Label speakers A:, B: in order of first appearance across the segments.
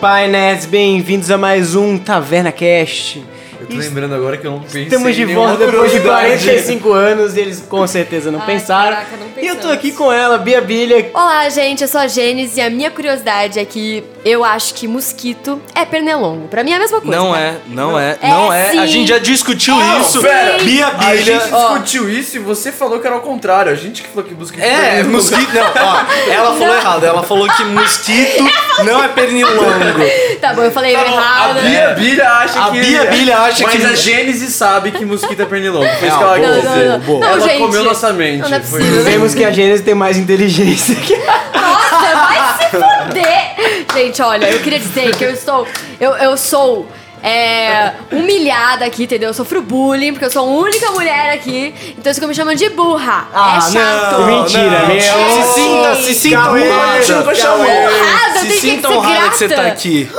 A: Pai Nerds, bem-vindos a mais um Taverna Cast.
B: Eu tô lembrando agora que eu não pensei
A: Estamos de
B: em nenhuma
A: volta depois de
B: curiosidade.
A: 45 anos e eles com certeza não
C: Ai,
A: pensaram.
C: caraca, não
A: e eu tô
C: pensamos.
A: aqui com ela, Bia Bilha.
C: Olá, gente, eu sou a Gênesis e a minha curiosidade é que eu acho que mosquito é pernilongo. Pra mim é a mesma coisa.
D: Não
C: tá?
D: é, não é,
C: É
D: não é. A
C: sim.
D: gente já discutiu
B: Ah,
C: É
D: isso.
B: sim.
D: Bia
B: A gente
D: Bilha.
B: discutiu isso e você falou que era ao contrário. A gente que falou que mosquito
D: É,
B: pernilongo.
D: mosquito. Não, ó, ela falou errado. Ela falou que mosquito não é pernilongo.
C: Tá bom, eu falei
B: Tá bom, A
C: errado.
B: Bia Bilha acha
D: né? A
B: que.
D: Bia Bilha acha
B: mas
D: que-
B: a Gênesis sabe que mosquito é pernilongo. Foi isso
D: Não,
B: que ela
D: boa,
B: quis
C: Não,
B: dizer.
C: não, não. Não,
B: Ela
C: gente.
B: comeu nossa mente.
C: Não, não é
B: Foi
C: possível.
D: né?
B: isso.
A: Vemos que a Gênesis tem mais inteligência que a
C: Nossa, vai se fuder! Gente, olha, eu queria dizer que eu estou. Eu, eu sou. é, humilhada aqui, entendeu? Eu sofro bullying, porque eu sou a única mulher aqui, então isso que me chamam de burra.
A: Ah,
C: é chato.
A: não. Mentira,
D: não.
A: meu.
D: Se sinta, se sinta
A: Cauê,
D: honrada.
B: Ela te nunca chamou.
C: Honrada, Ah, tem
D: Se
C: que
D: sinta
C: ser
D: honrada que você tá
C: grata.
D: aqui.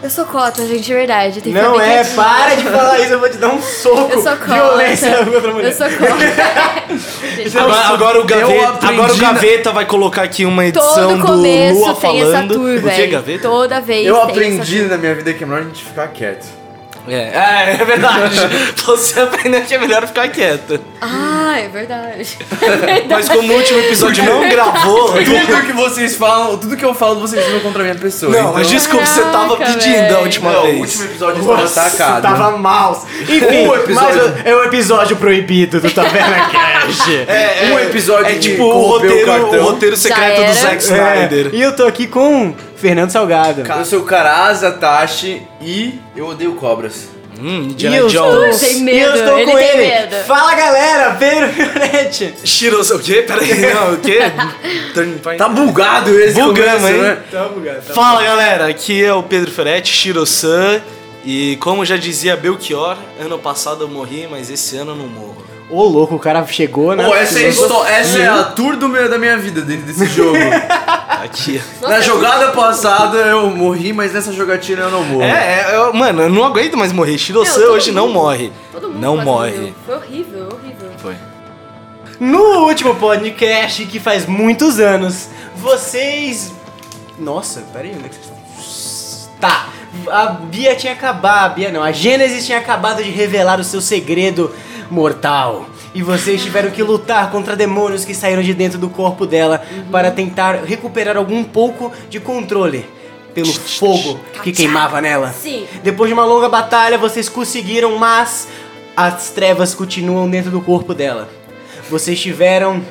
C: Eu sou cota, gente, de verdade. Tem que ficar
A: Não
C: bem
A: é,
C: quietinha.
A: para de falar isso, eu vou te dar um soco.
C: Eu sou cota.
A: Violência contra a mulher.
C: Eu sou cota. Gente,
D: Agora, agora o
B: Eu
D: Gaveta,
B: aprendi
D: agora o
B: na-
D: Gaveta vai colocar aqui uma edição
C: Todo começo
D: do Lua
C: tem
D: falando.
C: essa tour,
D: o que, é
C: velho.
D: Gaveta?
C: Toda vez.
B: Eu
C: tem
B: aprendi
C: essa
B: na minha vida que é melhor a gente ficar quieto.
D: É, é, é verdade. Você aprendeu que é melhor ficar quieta.
C: tour. Ah, é verdade.
D: Mas como o último episódio não gravou,
B: Tudo que vocês falam, tudo que eu falo, vocês usam contra a minha pessoa.
D: Não,
B: então...
D: mas desculpa, você tava
C: Caraca,
D: pedindo a
C: velho.
D: última
B: Não, o
D: vez.
B: último episódio
A: Nossa,
B: estava atacado.
A: Tava mal. Enfim,
B: Um episódio.
A: mas é o episódio proibido do Taverna Cash.
B: um episódio
D: É
B: que
D: tipo o
B: corrompeu
D: roteiro,
B: cartão.
D: o roteiro secreto do
C: era.
D: Zack
A: É,
D: Snyder.
A: E eu tô aqui com Fernando Salgado.
B: Eu sou o Karaza Tashi e eu odeio cobras.
D: Hum,
A: E
D: Indiana
A: eu
D: Jones.
C: Tem
A: estou,
C: medo,
A: e eu estou
C: ele
A: com
C: tem
A: ele.
C: medo.
A: Fala galera, Pedro Fioretti.
D: Shiros, o quê? Peraí, não, o quê? Turning Point.
B: Tá bugado esse
D: Bugamos,
B: começo,
D: hein?
B: né?
D: Fala galera, aqui é o Pedro Ferretti, Shiro-san. E como já dizia Belchior, ano passado eu morri, mas esse ano eu não morro.
A: Ô louco, o cara chegou, né?
B: Pô, essa é, a
A: Chegou.
B: histó- essa é a tour do meu, da minha vida dentro desse jogo.
D: Aqui.
B: Na jogada passada eu morri, mas nessa jogatina eu não morro.
D: É, é, eu- mano, eu não aguento mais morrer. Shiro-san
C: Meu, todo
D: hoje não
C: mundo-
D: morre.
C: Todo mundo
D: não
C: quase
D: morre.
C: morreu. Foi horrível, horrível.
D: Foi.
A: No último podcast, que faz muitos anos, vocês. Nossa, peraí, onde é que vocês. Tá. A Bia tinha acabado. A Bia não. A Gênesis tinha acabado de revelar o seu segredo mortal. E vocês tiveram que lutar contra demônios que saíram de dentro do corpo dela para tentar recuperar algum pouco de controle pelo fogo que queimava nela.
C: Sim.
A: Depois de uma longa batalha, vocês conseguiram, mas as trevas continuam dentro do corpo dela. Vocês tiveram.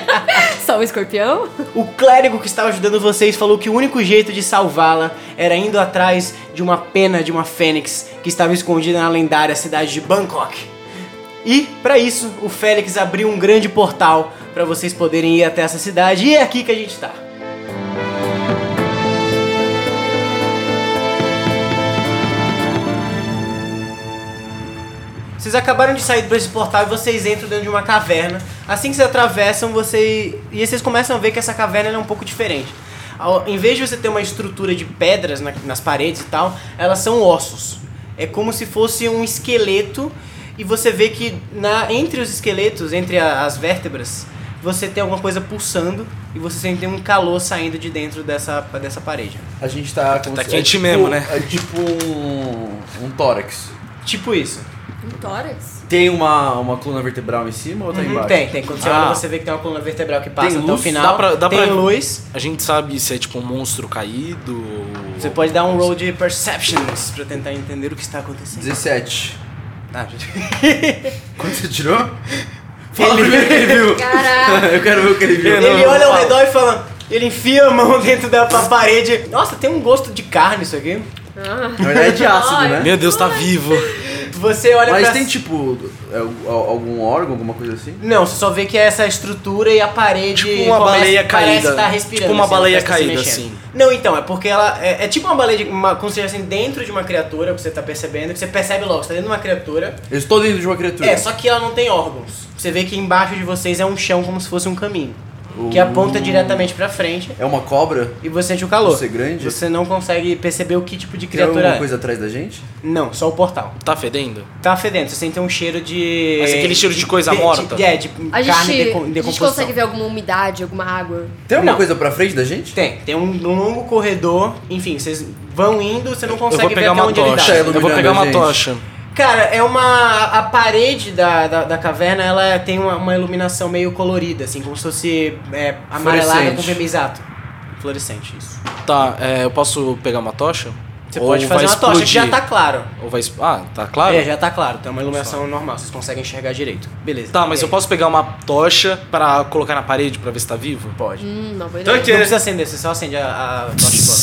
C: Só um escorpião?
A: O clérigo que estava ajudando vocês falou que o único jeito de salvá-la era indo atrás de uma pena de uma fênix que estava escondida na lendária cidade de Bangkok. E, para isso, o Félix abriu um grande portal para vocês poderem ir até essa cidade. E é aqui que a gente tá. Vocês acabaram de sair por esse portal e vocês entram dentro de uma caverna. Assim que vocês atravessam, vocês. E aí vocês começam a ver que essa caverna ela é um pouco diferente. Ao- Em vez de você ter uma estrutura de pedras na- nas paredes e tal, elas são ossos. É como se fosse um esqueleto. E você vê que na, entre os esqueletos, entre a- as vértebras, você tem alguma coisa pulsando e você sente um calor saindo de dentro dessa, dessa parede.
B: A gente tá com
D: Tá quente mesmo, né?
B: É tipo um, um tórax.
A: Tipo isso.
C: Um tórax?
B: Tem uma, uma coluna vertebral em cima ou tá
A: Uhum,
B: embaixo?
A: Tem, tem. Quando você
D: Ah.
A: olha, você vê que tem uma coluna vertebral que passa até o
B: luz?
A: final.
D: Dá pra- dá
A: tem
D: pra-
A: luz.
D: A gente sabe se é tipo um monstro caído ou...
A: Você pode dar um roll de perceptions pra tentar entender o que está acontecendo.
B: 17.
A: Ah, gente.
B: Quanto você tirou? Fala ele... o que ele viu.
C: Caraca.
B: Eu quero ver o que ele viu.
A: ele olha ao redor e fala. Ele enfia a mão dentro da pa- parede. Nossa, tem um gosto de carne isso aqui.
B: Na
C: Ah.
B: verdade é de ácido,
C: Ai.
B: né?
D: Meu Deus, tá vivo.
A: Você olha
B: Mas
A: pra.
B: tem tipo al- al- algum órgão, alguma coisa assim?
A: Não, você só vê que é essa estrutura e a parede.
D: Tipo uma
A: começa-
D: baleia
A: Parece
D: caída.
A: estar respirando.
D: Tipo uma
A: assim, ela
D: baleia
A: parece estar se
D: caída,
A: mexendo.
D: assim.
A: Não, então, é porque ela. É, é tipo uma baleia. De, uma, como se estivesse dentro de uma criatura que você tá percebendo, que você percebe logo, você tá dentro de uma criatura.
B: Eu estou dentro de uma criatura.
A: É, só que ela não tem órgãos. Você vê que embaixo de vocês é um chão como se fosse um caminho. que
D: Uh.
A: aponta diretamente pra frente
B: É uma cobra?
A: e você sente o calor.
B: Você é grande?
A: Você não consegue perceber o que tipo de
B: Tem alguma
A: criatura é.
B: coisa atrás da gente?
A: Não, só o portal.
D: Tá fedendo?
A: Tá fedendo, você sente um cheiro de.
D: Mas aquele cheiro de coisa
A: de-
D: morta?
A: de- é, de
C: A
A: carne
C: gente,
A: deco-
C: a gente
A: decomposição.
C: consegue ver alguma umidade, alguma água.
B: Tem alguma
A: Não.
B: coisa pra frente da gente?
A: Tem, tem um longo corredor, enfim, vocês vão indo, você não
D: Eu vou
A: consegue ver
D: pegar
A: até
D: uma
A: onde ele tá.
D: tocha.
B: Tá
D: Eu vou
B: iluminando
D: pegar
B: a
D: uma
B: gente.
D: tocha.
A: Cara, é uma. A parede da, da, da caverna ela tem uma, uma iluminação meio colorida, assim, como se fosse é, amarelada com
B: Fluorescente.
A: vermelhato. Fluorescente, isso.
D: Tá, é, eu posso pegar uma tocha?
A: Você
D: Ou
A: pode fazer
D: vai
A: uma tocha que já
D: explodir?
A: tá claro.
D: Ou vai... es- Ah, tá claro?
A: É, já tá claro, tem uma iluminação normal, vocês conseguem enxergar direito. Beleza.
D: Tá, mas
A: É,
D: eu posso pegar uma tocha pra colocar na parede pra ver se tá vivo?
A: Pode.
C: Hum, não vou
D: Então
A: Não
D: aqui-
A: precisa acender, você só acende a, a tocha de bola.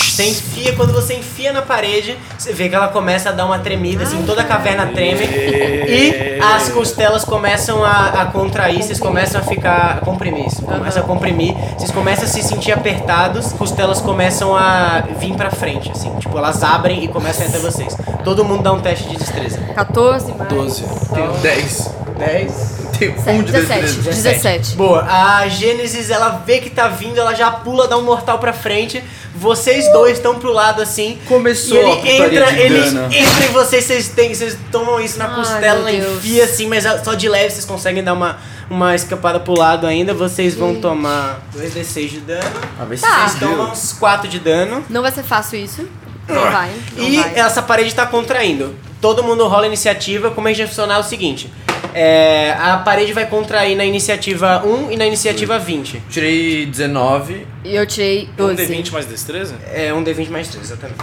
A: Você enfia, quando você enfia na parede, você vê que ela começa a dar uma tremida, assim, toda a caverna treme e as costelas começam a, a contrair, vocês começam a ficar. a comprimir isso, começa a comprimir, vocês começam a se sentir apertados, costelas começam a vir pra frente, assim, tipo, elas abrem e começam a ir até vocês. Todo mundo dá um teste de destreza.
D: né?
C: 14 mais...
D: 12.
B: Tenho 10.
A: 10.
B: Tenho
C: Sete,
B: um de
C: 17.
B: 17.
C: 17.
A: Boa, a Gênesis ela vê que tá vindo, ela já pula, dá um mortal pra frente. Vocês dois estão pro lado assim.
B: Começou
A: e ele
B: a putaria
A: entra,
B: de
A: ele
B: grana.
A: entra em vocês, vocês, têm, vocês tomam isso na
C: Ai,
A: costela,
C: meu Deus.
A: enfia assim, mas só de leve vocês conseguem dar uma, uma escapada pro lado ainda. Vocês vão tomar 2d6 de dano.
B: Ah, vai se
C: Tá.
A: Vocês tomam uns 4 de dano.
C: Não vai ser fácil isso. Não vai. Não
A: E
C: vai.
D: é-
A: essa parede tá contraindo. Todo mundo rola a iniciativa. Como é que vai funcionar é o seguinte: é, a parede vai contrair na iniciativa 1 e na iniciativa 20.
B: Tirei 19.
C: E eu tirei
D: Um
C: 12.
D: D20 mais destreza?
A: É um D20 mais 3, exatamente.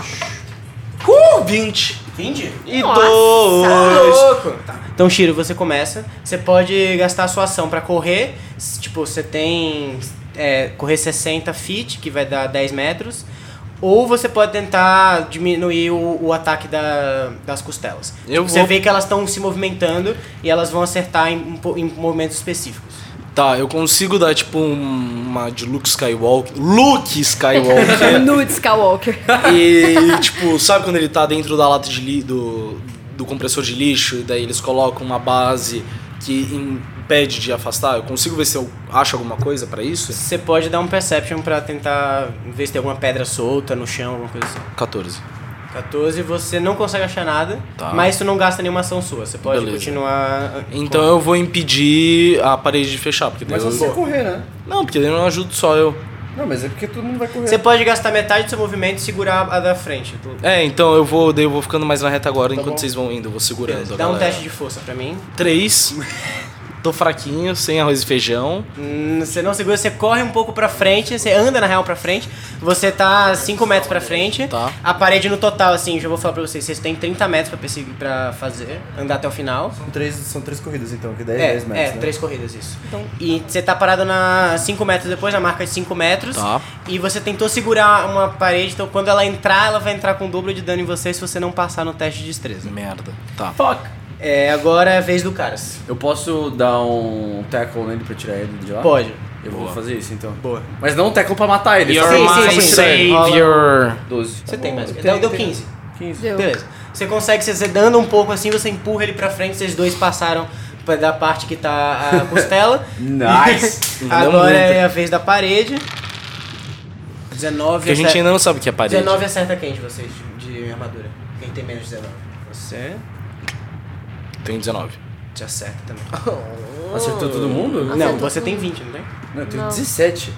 A: Um
D: Uh, 20!
A: 20?
D: E
C: Nossa.
D: dois!
A: Louco! Tá. Então, Shiro, você começa. Você pode gastar a sua ação pra correr. S- Tipo, você tem. é, correr 60 feet, que vai dar 10 metros. Ou você pode tentar diminuir o, o ataque da- das costelas.
D: Eu
A: você
D: vou-
A: vê que elas estão se movimentando e elas vão acertar em, um po- em momentos específicos.
D: Tá, eu consigo dar tipo um- uma de Luke Skywalker. Luke Skywalker!
C: Nude Skywalker.
D: e tipo, sabe quando ele tá dentro da lata de li do, do compressor de lixo e daí eles colocam uma base que impede de afastar? Eu consigo ver se eu acho alguma coisa pra isso?
A: Você pode dar um perception pra tentar ver se tem alguma pedra solta no chão, alguma coisa assim.
D: 14.
A: 14, você não consegue achar nada,
D: Tá.
A: mas tu não gasta nenhuma ação sua. Você pode
D: Beleza.
A: continuar.
D: Então eu vou impedir a parede de fechar, porque daí
B: Mas
D: eu...
A: assim,
B: você correr, né?
D: Não, porque daí eu não ajudo só eu.
B: Não, mas é porque todo mundo vai correr.
A: Você pode gastar metade do seu movimento e segurar a da frente. Tu-
D: É, então eu vou, daí eu vou ficando mais na reta agora enquanto
A: Tá bom.
D: vocês vão indo, eu vou segurando. a
A: Dá um
D: galera.
A: teste de força pra mim.
D: Três. Tô fraquinho, sem arroz e feijão.
A: Hum, Você não segura, você corre um pouco pra frente, você anda na real pra frente. Você tá 5 metros pra frente.
D: Tá.
A: A parede no total, assim, já vou falar pra vocês, vocês têm 30 metros pra perseguir, pra fazer, andar até o final.
B: São três, são três corridas então, que 10,
A: É,
B: 10 metros.
A: é
B: né?
A: três corridas, isso. E você tá parado na 5 metros depois, na marca de 5 metros.
D: Tá.
A: E você tentou segurar uma parede, então quando ela entrar, ela vai entrar com o dobro de dano em você se você não passar no teste de destreza.
D: Merda. Tá.
A: É, agora é a vez do Caras.
B: Eu posso dar um tackle nele pra tirar ele de lá?
A: Pode.
B: Eu vou fazer isso então.
A: Boa.
B: Mas não um tackle pra matar ele.
D: You're
B: só
A: Sim,
B: pra-
A: sim, sim,
D: my
A: sim. um
D: savior.
B: 12.
A: Você
B: Tá
A: tem
B: bom,
A: mais.
B: eu
A: Deu,
B: tenho,
A: deu
B: tenho.
A: 15.
B: 15.
C: Deu.
A: Beleza. Você consegue, você- você dando um pouco assim, você empurra ele pra frente, vocês dois passaram pra- da parte que tá a costela.
B: Nice.
D: Não
A: agora
D: muito.
A: é a vez da parede. 19
D: Porque a gente
A: acerta-
D: ainda não sabe o que é parede.
A: 19 acerta quem de vocês, de armadura? Quem tem menos de 19? Você
D: Tenho 19.
A: te acerta também.
B: Acertou todo mundo?
A: Não,
C: Acertou
A: você
C: tudo.
A: tem 20, não tem?
B: Não, eu tenho
C: Não.
B: 17.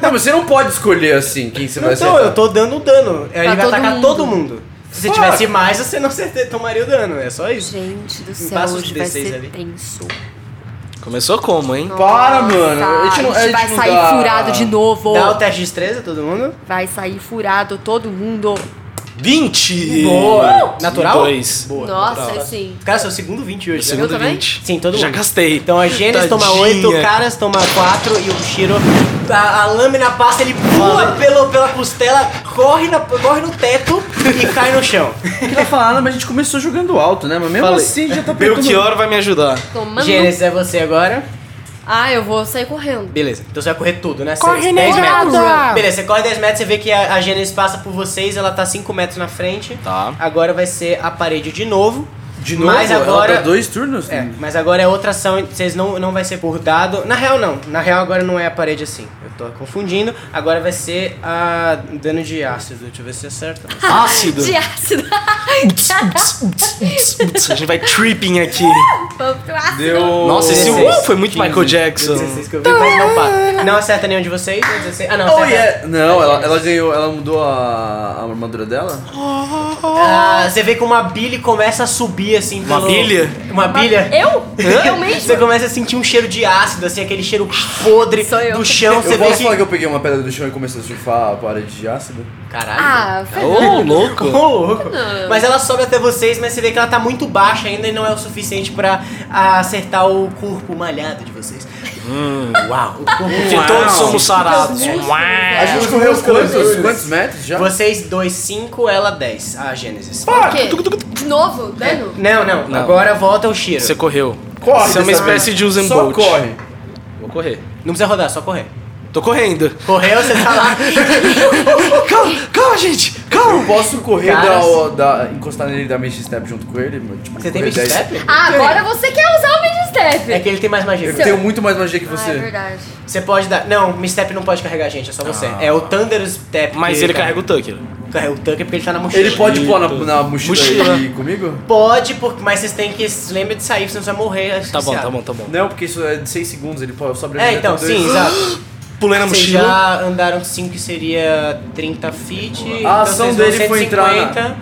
B: não, mas você não pode escolher assim quem você vai
A: Então,
B: acertar.
A: eu tô dando o dano. Ele vai
C: todo
A: atacar
C: mundo.
A: todo mundo. Se você tivesse mais, você não acerta- tomaria o dano. É só isso.
C: Gente
D: Um
C: do
A: Me
C: céu,
A: passa os
C: hoje vai
A: 16
C: ser
A: ali.
C: tenso.
D: Começou como, hein?
B: Para, mano.
C: Nossa,
B: A gente não- a gente
C: vai
B: não
C: sair
B: dá- tá-
C: furado de novo.
A: Dá o teste de destreza, todo mundo.
C: Vai sair furado todo mundo.
D: 20!
A: Natural?
D: Dois.
A: Boa.
C: Nossa,
B: tá.
A: natural.
C: assim.
A: Cara, seu segundo 20 hoje. né?
D: Segundo
C: também?
D: 20.
A: Sim, todo
D: Já
A: mundo.
D: gastei.
A: Então a Gênesis toma
D: Tadinha.
A: 8, o Caras toma 4 e o Shiro. A, a lâmina passa, ele pula pelo, pela costela, corre, na- corre no teto e cai no chão.
B: Eu não ia falar nada, mas a gente começou jogando alto, né? Mas mesmo
D: Falei.
B: assim já tá pegando...
D: Belchior vai me ajudar.
C: Tomando. um-
A: Gênesis, é você agora.
C: Ah, eu vou sair correndo.
A: Beleza, então você vai correr tudo, né?
C: Corre,
A: Seis,
C: negada!
A: Beleza, você corre 10 metros, você vê que a, a Gênesis passa por vocês, ela tá 5 metros na frente.
D: Tá.
A: Agora vai ser a parede de novo.
B: De novo,
A: Mas agora-
B: ela tá dá dois turnos?
A: É, mas agora é outra ação, vocês não, não vai ser por dado. Na real, não. Na real, agora não é a parede assim. Eu tô confundindo. Agora vai ser a dano de ácido. Deixa eu ver se acerta.
D: Ácido.
C: De ácido.
D: A gente vai tripping aqui.
C: Vamos pro ácido.
B: Deu.
D: Nossa, esse
A: 16.
D: uh, foi muito Michael
B: 15.
A: Eu
D: Jackson.
A: não sei se que eu vi, mas não pá. Não acerta nenhum de vocês. eu não sei- Ah, não.
B: Oh,
A: acerta.
B: yeah. Não, ela, ela ganhou, ela mudou a, a armadura dela?
A: Ah, você vê que uma bile começa a subir assim
D: Uma
A: pelo-
D: bile?
A: Uma bilha.
C: Eu? Eu mesmo?
A: Você começa a sentir um cheiro de ácido, assim, aquele cheiro podre
C: Sou eu.
A: do chão. Você
B: eu
A: vê
B: posso
A: que...
B: falar que eu peguei uma pedra do chão e comecei a surfar a parede de ácido?
A: Caralho.
C: Ah, Fernando.
D: Ô, louco.
A: Ô, louco. Mas ela sobe até vocês, mas você vê que ela tá muito baixa ainda e não é o suficiente pra acertar o corpo malhado de vocês. uau. O corpo
D: Hum. Que
A: malhado.
D: todos somos sarados. É.
B: A gente correu quantos, quantos metros já?
A: É. Vocês dois, 5, ela 10. A Gênesis.
C: O quê? De novo?
B: É.
C: Dano?
A: Não, não,
D: Não.
A: Agora volta o Shiro.
D: Você correu.
B: Corre
D: Você é uma
B: dessa
D: espécie
B: vez.
D: de Usain
B: Só
D: Bolt.
B: corre.
D: Vou correr.
A: Não precisa rodar, só correr.
D: Tô correndo.
A: Correu, você tá lá.
D: Calma, calma, gente. Calma.
B: Eu posso correr
A: Cara,
B: dar o-
A: assim-
B: dar- encostar nele e dar Mage Step junto com ele? mas, Tipo,
A: Você tem
B: correr
A: mid
B: 10.
A: step?
C: Ah, agora você quer usar o mid-step.
A: É que ele tem mais magia.
B: Eu tenho muito mais magia que
C: Ah, é
B: você.
C: verdade.
A: Você pode dar. Não, mid step não pode carregar a gente, é só você.
B: Ah.
A: É o Thunder Step.
D: Mas
A: que
D: ele carrega o Tucker.
A: Carrega o Tucker porque ele tá na mochila.
B: ele pode pôr na, na mochila,
D: Mochila.
B: e ir comigo?
A: Pode, por- mas vocês têm que se lembra de sair, senão você vai morrer.
D: Tá bom,
A: asfixiado.
D: tá bom, tá bom.
B: Não, porque isso é de 6 segundos, ele pode sobre
A: É, então, sim, exato.
D: Pulei Tá na
A: Vocês
D: mochila.
A: já andaram 5, que seria 30 feet.
B: A
A: então
B: ação
A: vocês vão
B: dele foi entrar na-
A: 150,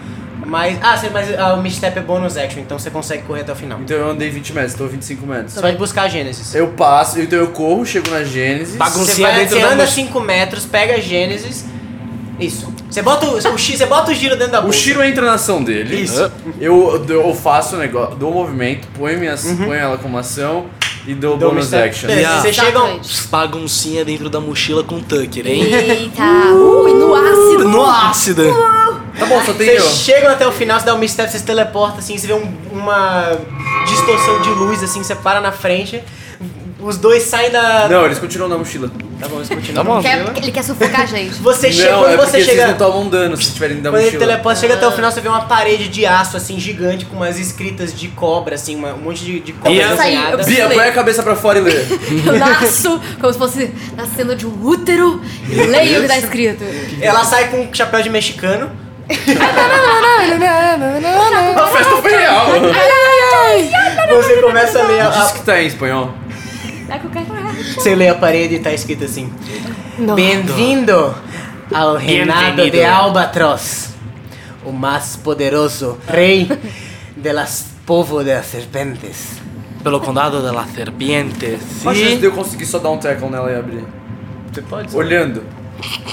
A: Mas, ah, você- mas ah, o misstep é bonus action, então você consegue correr até o final.
B: Então eu andei 20 metros, tô 25 metros.
A: Você pode buscar a Gênesis.
B: Eu passo, então eu corro, chego na Gênesis.
D: Bagun-
A: Você,
D: Baguncinha
A: vai,
D: dentro
A: você
D: da
A: anda
D: mochila.
A: 5 metros, pega a Gênesis. Isso. Você bota o, o, gi- você bota o giro dentro da
B: O
A: bolsa.
B: Shiro entra na ação dele.
D: Isso.
B: Eu, eu faço o negócio, dou o movimento, ponho, minha, ponho ela como ação e dou o
A: Uhum. Dou
B: bonus
A: misstep.
B: action.
A: Beleza,
D: Yeah.
A: Vocês chegam.
C: Exatamente.
D: Baguncinha dentro da mochila com o Tucker, hein?
C: Eita.
B: Uh!
C: Ui, no ácido.
D: No ácido.
B: Tá bom, só tem
A: Vocês
B: eu.
A: chegam até o final, você dá um misstep, você se teleporta assim, você vê um- uma distorção de luz assim, você para na frente. Os dois saem da.
B: Não, eles continuam na mochila.
A: Tá bom, isso continua.
D: Tá bom.
C: Quer- ele quer sufocar a gente.
A: Você chega,
B: não,
A: quando
B: é
A: você
B: porque
A: chega.
B: vocês não tomam dano se tiverem da
A: Quando ele
B: mochila.
A: teleporta, chega
D: Ah.
A: até o final, você vê uma parede de aço, assim, gigante, com umas escritas de cobra, assim, uma- um monte de, de cobra
D: Isso
C: aí, eu
A: desenhada.
C: preciso-
B: Bia, põe a cabeça pra fora e lê.
C: Eu nasço como se fosse nascendo de um útero e leio o que tá escrito.
A: Ela sai com um chapéu de mexicano.
B: a festa foi real.
A: Você começa a ler a,
B: Diz
A: a-
B: que tá em espanhol.
A: Você lê a parede e tá escrito assim:
C: Não.
A: Bem-vindo ao reinado de
D: Bienvenido.
A: Albatroz, o mais poderoso rei de las povo de las serpentes.
D: Pelo condado de las serpientes.
B: Uma chance de eu conseguir só dar um tackle nela e abrir.
A: Você pode?
B: Olhando.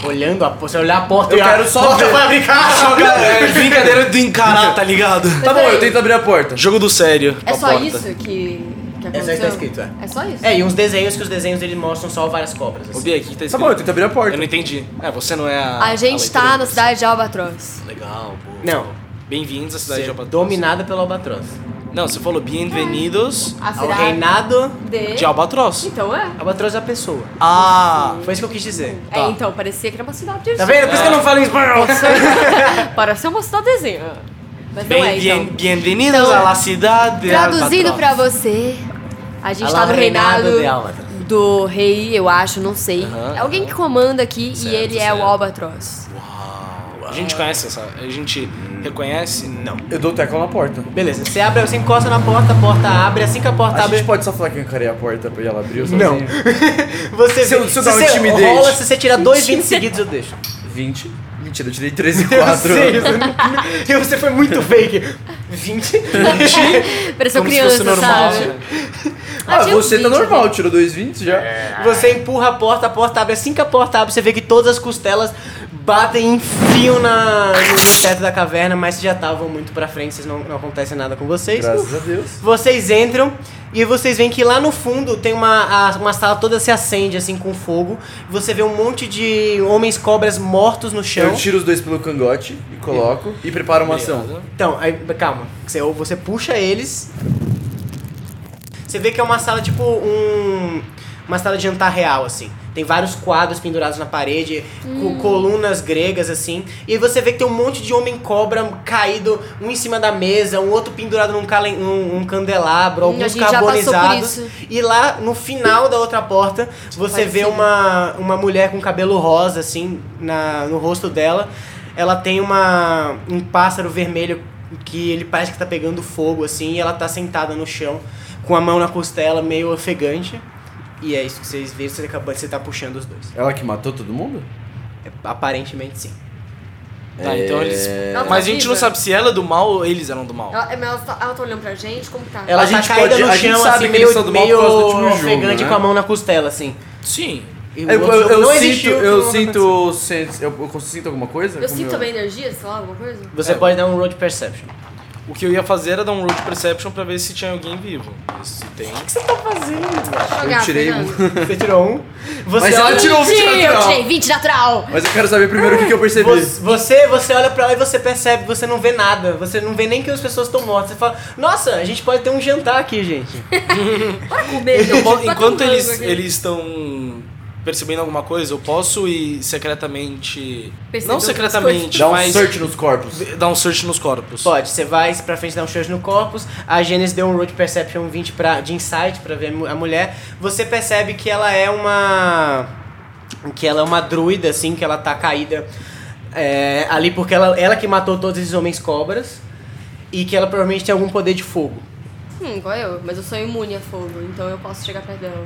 A: Olhando a porta, olhar a porta
B: Eu
A: e a
B: quero só
A: porta
B: ver.
A: vai abrir. Caraca!
D: É brincadeira do encarar, tá ligado?
B: Tá bom, eu tento abrir a porta.
A: Tá
D: Jogo do sério.
C: É
D: com a
C: só
D: porta.
C: isso que, que
A: É
C: aconteceu?
A: só isso que tá escrito, é.
C: É só isso?
A: É, e uns desenhos que os desenhos eles mostram só várias cobras.
D: Ô,
A: assim.
D: Bia, o que tá escrito?
B: Tá bom, eu tento abrir a
D: Eu
B: porta.
D: não entendi. É, você não é a.
C: A gente
D: a
C: tá
D: leitura.
C: na cidade de Albatroz.
D: Legal, boa.
A: Não.
D: Bem-vindos à cidade
A: Você
D: de
A: é
D: Albatroz.
A: dominada pelo albatroz.
D: Não, você falou bem-vindos
C: A
A: Ao
C: cidade
A: reinado,
C: de...
D: de Albatroz.
C: Então é.
A: albatroz é a pessoa.
D: Ah!
A: Foi isso que eu quis dizer.
C: É, então, parecia que era uma cidade de
A: Tá vendo? Por isso que eu não falo em espanhol.
C: Parecia uma cidadezinha. Mas não é,
D: Bem,
C: então.
D: bien, bem-vindos
C: Então,
D: à la cidade de
C: Traduzindo
D: Albatroz.
C: pra você, a gente
A: Alá
C: tá no
A: o reinado
C: reinado
A: de Albatroz.
C: do rei, eu acho, não sei.
D: Aham,
C: É Alguém que comanda aqui e
D: Certo,
C: ele é o
D: certo.
C: Albatroz.
D: A gente conhece essa. A gente reconhece.
A: Não.
B: Eu dou o tackle na porta.
A: Beleza, você abre, você encosta na porta, a porta abre, assim que a porta
B: A
A: abre.
B: gente pode só falar que eu encarei a porta pra ela abrir ou
A: Não.
B: sozinho?
A: Você
B: Se eu-
A: vê-
B: se eu dar um
A: você
B: intimidate.
A: rola, se você tirar dois 20 seguidos, eu deixo.
B: 20. Mentira, eu tirei 13 e
A: Eu
B: 4.
A: sei, você não- você foi muito fake. 20?
C: Pareceu
D: Como se
C: criança,
D: fosse normal.
C: sabe?
D: né?
B: Ah,
C: tinha uns
B: você tá
C: 20,
B: normal,
C: né?
B: tirou dois 20 já.
A: Você empurra a porta, a porta abre. Assim que a porta abre, você vê que todas as costelas batem e enfiam na, no teto da caverna, mas vocês já estavam muito pra frente, vocês não, não acontece nada com vocês.
B: Graças a Deus.
A: Vocês entram e vocês veem que lá no fundo tem uma, a- uma sala toda se acende assim com fogo. Você vê um monte de homens cobras mortos no chão.
B: Eu tiro os dois pelo cangote e coloco e preparo uma ação.
A: Então, aí, calma. Você, ou você puxa eles. Você vê que é uma sala tipo um. Uma sala de jantar real, assim. Tem vários quadros pendurados na parede,
C: Hum.
A: com colunas gregas, assim. E aí você vê que tem um monte de homem cobra caído, um em cima da mesa, um outro pendurado num, calen- num- um candelabro,
C: Hum, a
A: alguns
C: gente já passou por
A: carbonizados.
C: isso.
A: E lá no final da outra porta, você vê
C: Parecido.
A: uma, uma mulher com cabelo rosa, assim, na, no rosto dela. Ela tem uma, um pássaro vermelho que ele parece que tá pegando fogo, assim, e ela tá sentada no chão, com a mão na costela, meio ofegante. E é isso que vocês viram, você, acabou, você tá puxando os dois.
B: Ela que matou todo mundo?
A: É, Aparentemente sim.
D: Tá, então eles.
B: É.
C: Ela tá
D: Mas a gente
C: viva.
D: não sabe se ela é do mal ou eles eram do mal.
C: Ela, mas ela, tá, ela tá olhando pra gente? Como que tá?
A: Ela
B: A
A: tá
B: gente
A: caída
B: pode-
A: no
B: a
A: chão,
B: gente sabe
A: assim,
B: que eles são
A: meio,
B: do mal por causa do
A: meio
B: último jogo,
A: ofegante
B: né?
A: com a mão na costela, assim.
D: Sim.
A: E o
B: Eu,
A: outro
B: eu,
A: jogo
B: eu
A: não
B: sinto,
A: existiu,
B: eu
A: não aconteceu.
B: sinto, sen- eu, eu sinto alguma coisa?
C: Eu
B: Como
C: sinto também energia, sei lá, alguma coisa?
A: Você
D: É.
A: pode dar um road perception. O
D: O que eu ia fazer era dar um road perception pra ver se tinha alguém vivo. Se tem.
A: que você tá fazendo?
C: Jogar,
B: tirei
C: Fernando.
A: Você tirou um. Você
B: Mas ela
A: olha-
B: tirou um
C: Sim, eu
B: natural.
C: tirei 20 natural.
B: Mas eu quero saber primeiro o que, que eu percebi.
A: Você, você, você olha pra lá e você percebe, você não vê nada. Você não vê nem que as pessoas estão mortas. Você fala, nossa, a gente pode ter um jantar aqui, gente.
C: Bora comer, gente.
D: Eu po-
C: Bota um
D: enquanto
C: rango
D: eles
C: aqui.
D: eles estão percebendo alguma coisa, eu posso ir secretamente.
C: Perceber
D: Não
C: outras
D: secretamente,
B: Dá um
D: mas.
B: search nos corpos.
D: Dar um search nos corpos.
A: Pode, você vai pra frente dar um chute no corpus. A Gênesis deu um Road Perception 20 pra, de insight pra ver a mu- a mulher. Você percebe que ela é uma. Que ela é uma druida, assim, que ela tá caída é, ali porque ela, ela que matou todos esses homens cobras. E que ela provavelmente tem algum poder de fogo.
C: Hum, igual eu. Mas eu sou imune a fogo, então eu posso chegar perto dela.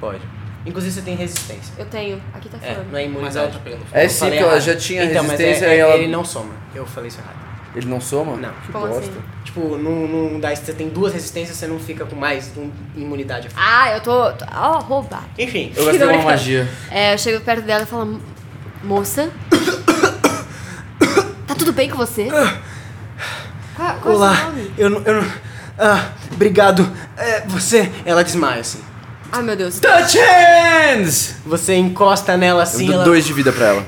A: Pode. Inclusive você tem resistência.
C: Eu tenho. Aqui tá
A: É,
C: fora.
A: não é imunizado.
D: ela tá pegando fogo.
B: É
A: Eu
B: sim,
A: falei
B: porque ela
A: errado.
B: já tinha
A: Então, mas
B: resistência
A: é- é-
B: e ela...
A: Ele não soma. Eu falei isso errado.
B: Ele não soma?
A: Não.
B: Que
C: Como
B: bosta.
C: assim?
A: Tipo, não, não dá, você tem duas resistências, você não fica com mais um- imunidade.
C: Ah, eu tô. tô ó, roubado.
A: Enfim.
B: Eu gastei uma magia.
C: É, eu chego perto dela e falo, moça. tá tudo bem com você? Qual, qual é o seu nome?
A: eu não. Eu não ah, obrigado. É, você. Ela desmaia assim.
C: Ai, Ah, meu Deus.
B: Dutch Hands!
A: Você encosta nela assim,
B: eu dou
A: ela,
B: dois de vida pra ela.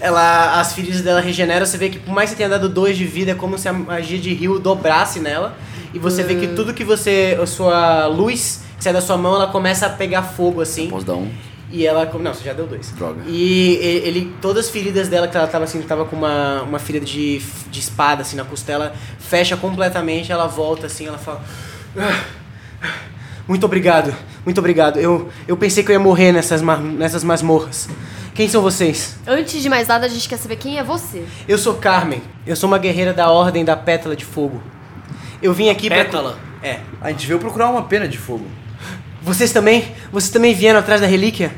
A: ela- as feridas dela regeneram. Você vê que por mais que você tenha dado dois de vida, é como se a magia de rio dobrasse nela. E você vê
C: Hum.
A: que tudo que você. A sua luz que sai da sua mão, ela começa a pegar fogo assim.
B: Posso dar um?
A: E ela. com- Não, você já deu dois.
B: Droga.
A: E e- ele. Todas as feridas dela, que ela tava assim, tava com uma, uma ferida de, de espada assim na costela, fecha completamente, ela volta assim, ela fala. "Ah, Muito obrigado, muito obrigado. Eu, eu pensei que eu ia morrer nessas, ma- nessas masmorras. Quem são vocês?
C: Antes de mais nada, a gente quer saber quem é você.
A: Eu sou Carmen. Eu sou uma guerreira da Ordem da Pétala de Fogo. Eu vim aqui
D: Pétala?
A: pra. É.
B: A gente veio procurar uma pena de fogo.
A: Vocês também? Vocês também vieram atrás da relíquia?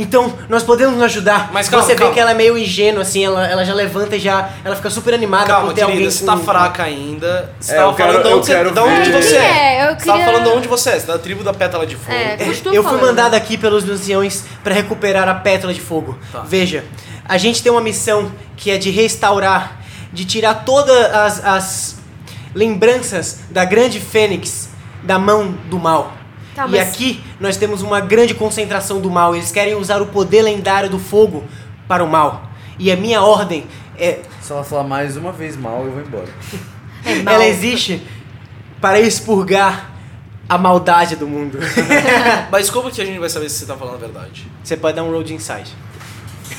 A: Então, nós podemos nos ajudar.
D: Mas calma,
A: você vê
D: calma.
A: que ela é meio ingênua, assim, ela, ela já levanta e já. Ela fica super animada
D: Calma,
A: por ter alguém.
D: querida, você tá
A: com-
D: fraca ainda. Você
B: É,
D: tava
B: eu quero-
D: falando de
B: eu
D: onde, você,
B: quero
D: da onde
B: ver.
D: você
C: É, eu
D: Você tava
C: queria-
D: falando de onde você é, você é da tribo da pétala de fogo.
C: É, continua
A: Eu
C: falando.
A: fui mandada aqui pelos Luciões para recuperar a pétala de fogo.
D: Tá.
A: Veja, a gente tem uma missão que é de restaurar, de tirar todas as, as lembranças da grande fênix da mão do mal.
C: Tá,
A: e
C: mas-
A: aqui nós temos uma grande concentração do mal. Eles querem usar o poder lendário do fogo para o mal. E a minha ordem é
B: Se ela falar mais uma vez mal, eu vou embora.
C: É mal.
A: ela existe para expurgar a maldade do mundo.
D: É, Mas como que a gente vai saber se você tá falando a verdade?
A: Você pode dar um road inside.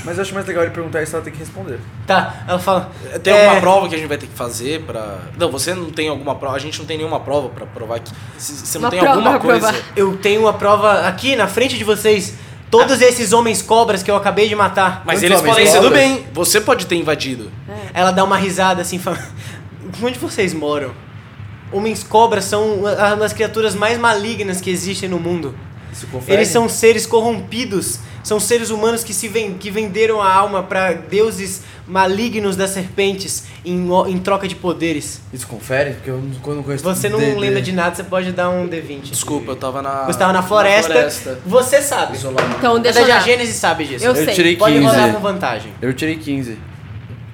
B: Mas eu acho mais legal ele perguntar isso, ela tem que responder.
A: Tá, ela fala.
D: Tem
A: é,
D: alguma prova que a gente vai ter que fazer pra. Não, você não tem alguma prova. A gente não tem nenhuma prova pra provar que. se- se Você não
C: Uma
D: tem
C: prova pra
D: alguma coisa.
C: provar.
A: Eu tenho a prova aqui na frente de vocês. Todos esses homens cobras que eu acabei de matar.
D: Mas
B: Quantos
D: eles
B: homens
D: podem ser do
B: cobras?
D: bem. Você pode ter invadido.
C: É.
A: Ela dá uma risada assim, fala: Onde vocês moram? Homens cobras são uma uma das criaturas mais malignas que existem no mundo.
B: Isso confere?
A: Eles são seres corrompidos, são seres humanos que se ven- que venderam a alma pra deuses malignos das serpentes em, o- em troca de poderes.
B: Isso confere? Porque eu não- quando eu conheço...
A: Você não
B: D&D.
A: lembra de nada, você pode dar um D20.
D: Desculpa, eu tava na.
A: Você estava na floresta, Você sabe.
D: Isolado.
C: Então,
A: Desde
C: deixa eu
A: a
C: olhar.
A: Gênesis sabe disso.
C: Eu
B: Eu é.
C: sei.
B: tirei
A: Pode
B: 15.
A: rodar com vantagem.
B: Eu tirei 15.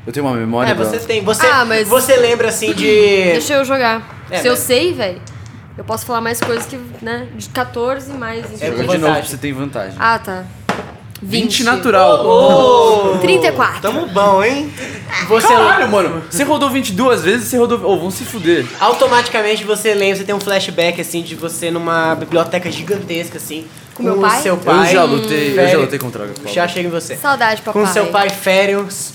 B: Eu tenho uma memória
A: É, você
B: Bruno.
A: tem. Você,
C: Ah, mas-
A: você lembra assim de.
C: Deixa eu jogar.
A: É,
C: Se eu
A: mas-
C: sei, velho, eu posso falar mais coisas que, né, de 14 mais.
A: É,
C: Então.
B: Joga
A: com
B: de novo,
A: vantagem.
B: você tem vantagem.
C: Ah, tá.
B: 20 natural.
A: Ô!
C: 34.
A: Oh! Tamo bom, hein? Você
B: Caralho, mano. Você rodou 22 vezes, você rodou... Ô, vão se fuder.
A: automaticamente você lembra, você tem um flashback assim de você numa biblioteca gigantesca assim,
C: Com meu pai?
A: o seu
B: Eu
A: pai.
B: já lutei, eu já
A: Velho,
B: lutei contra a
A: Já chega em você.
C: Saudade, papai.
A: Com seu pai Férios,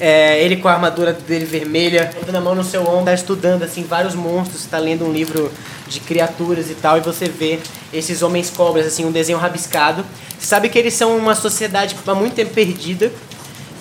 A: ele com a armadura dele vermelha, botando a mão no seu ombro, tá estudando assim vários monstros, tá lendo um livro de criaturas e tal, e você vê esses homens cobras, assim, um desenho rabiscado. Você sabe que eles são uma sociedade há muito tempo perdida,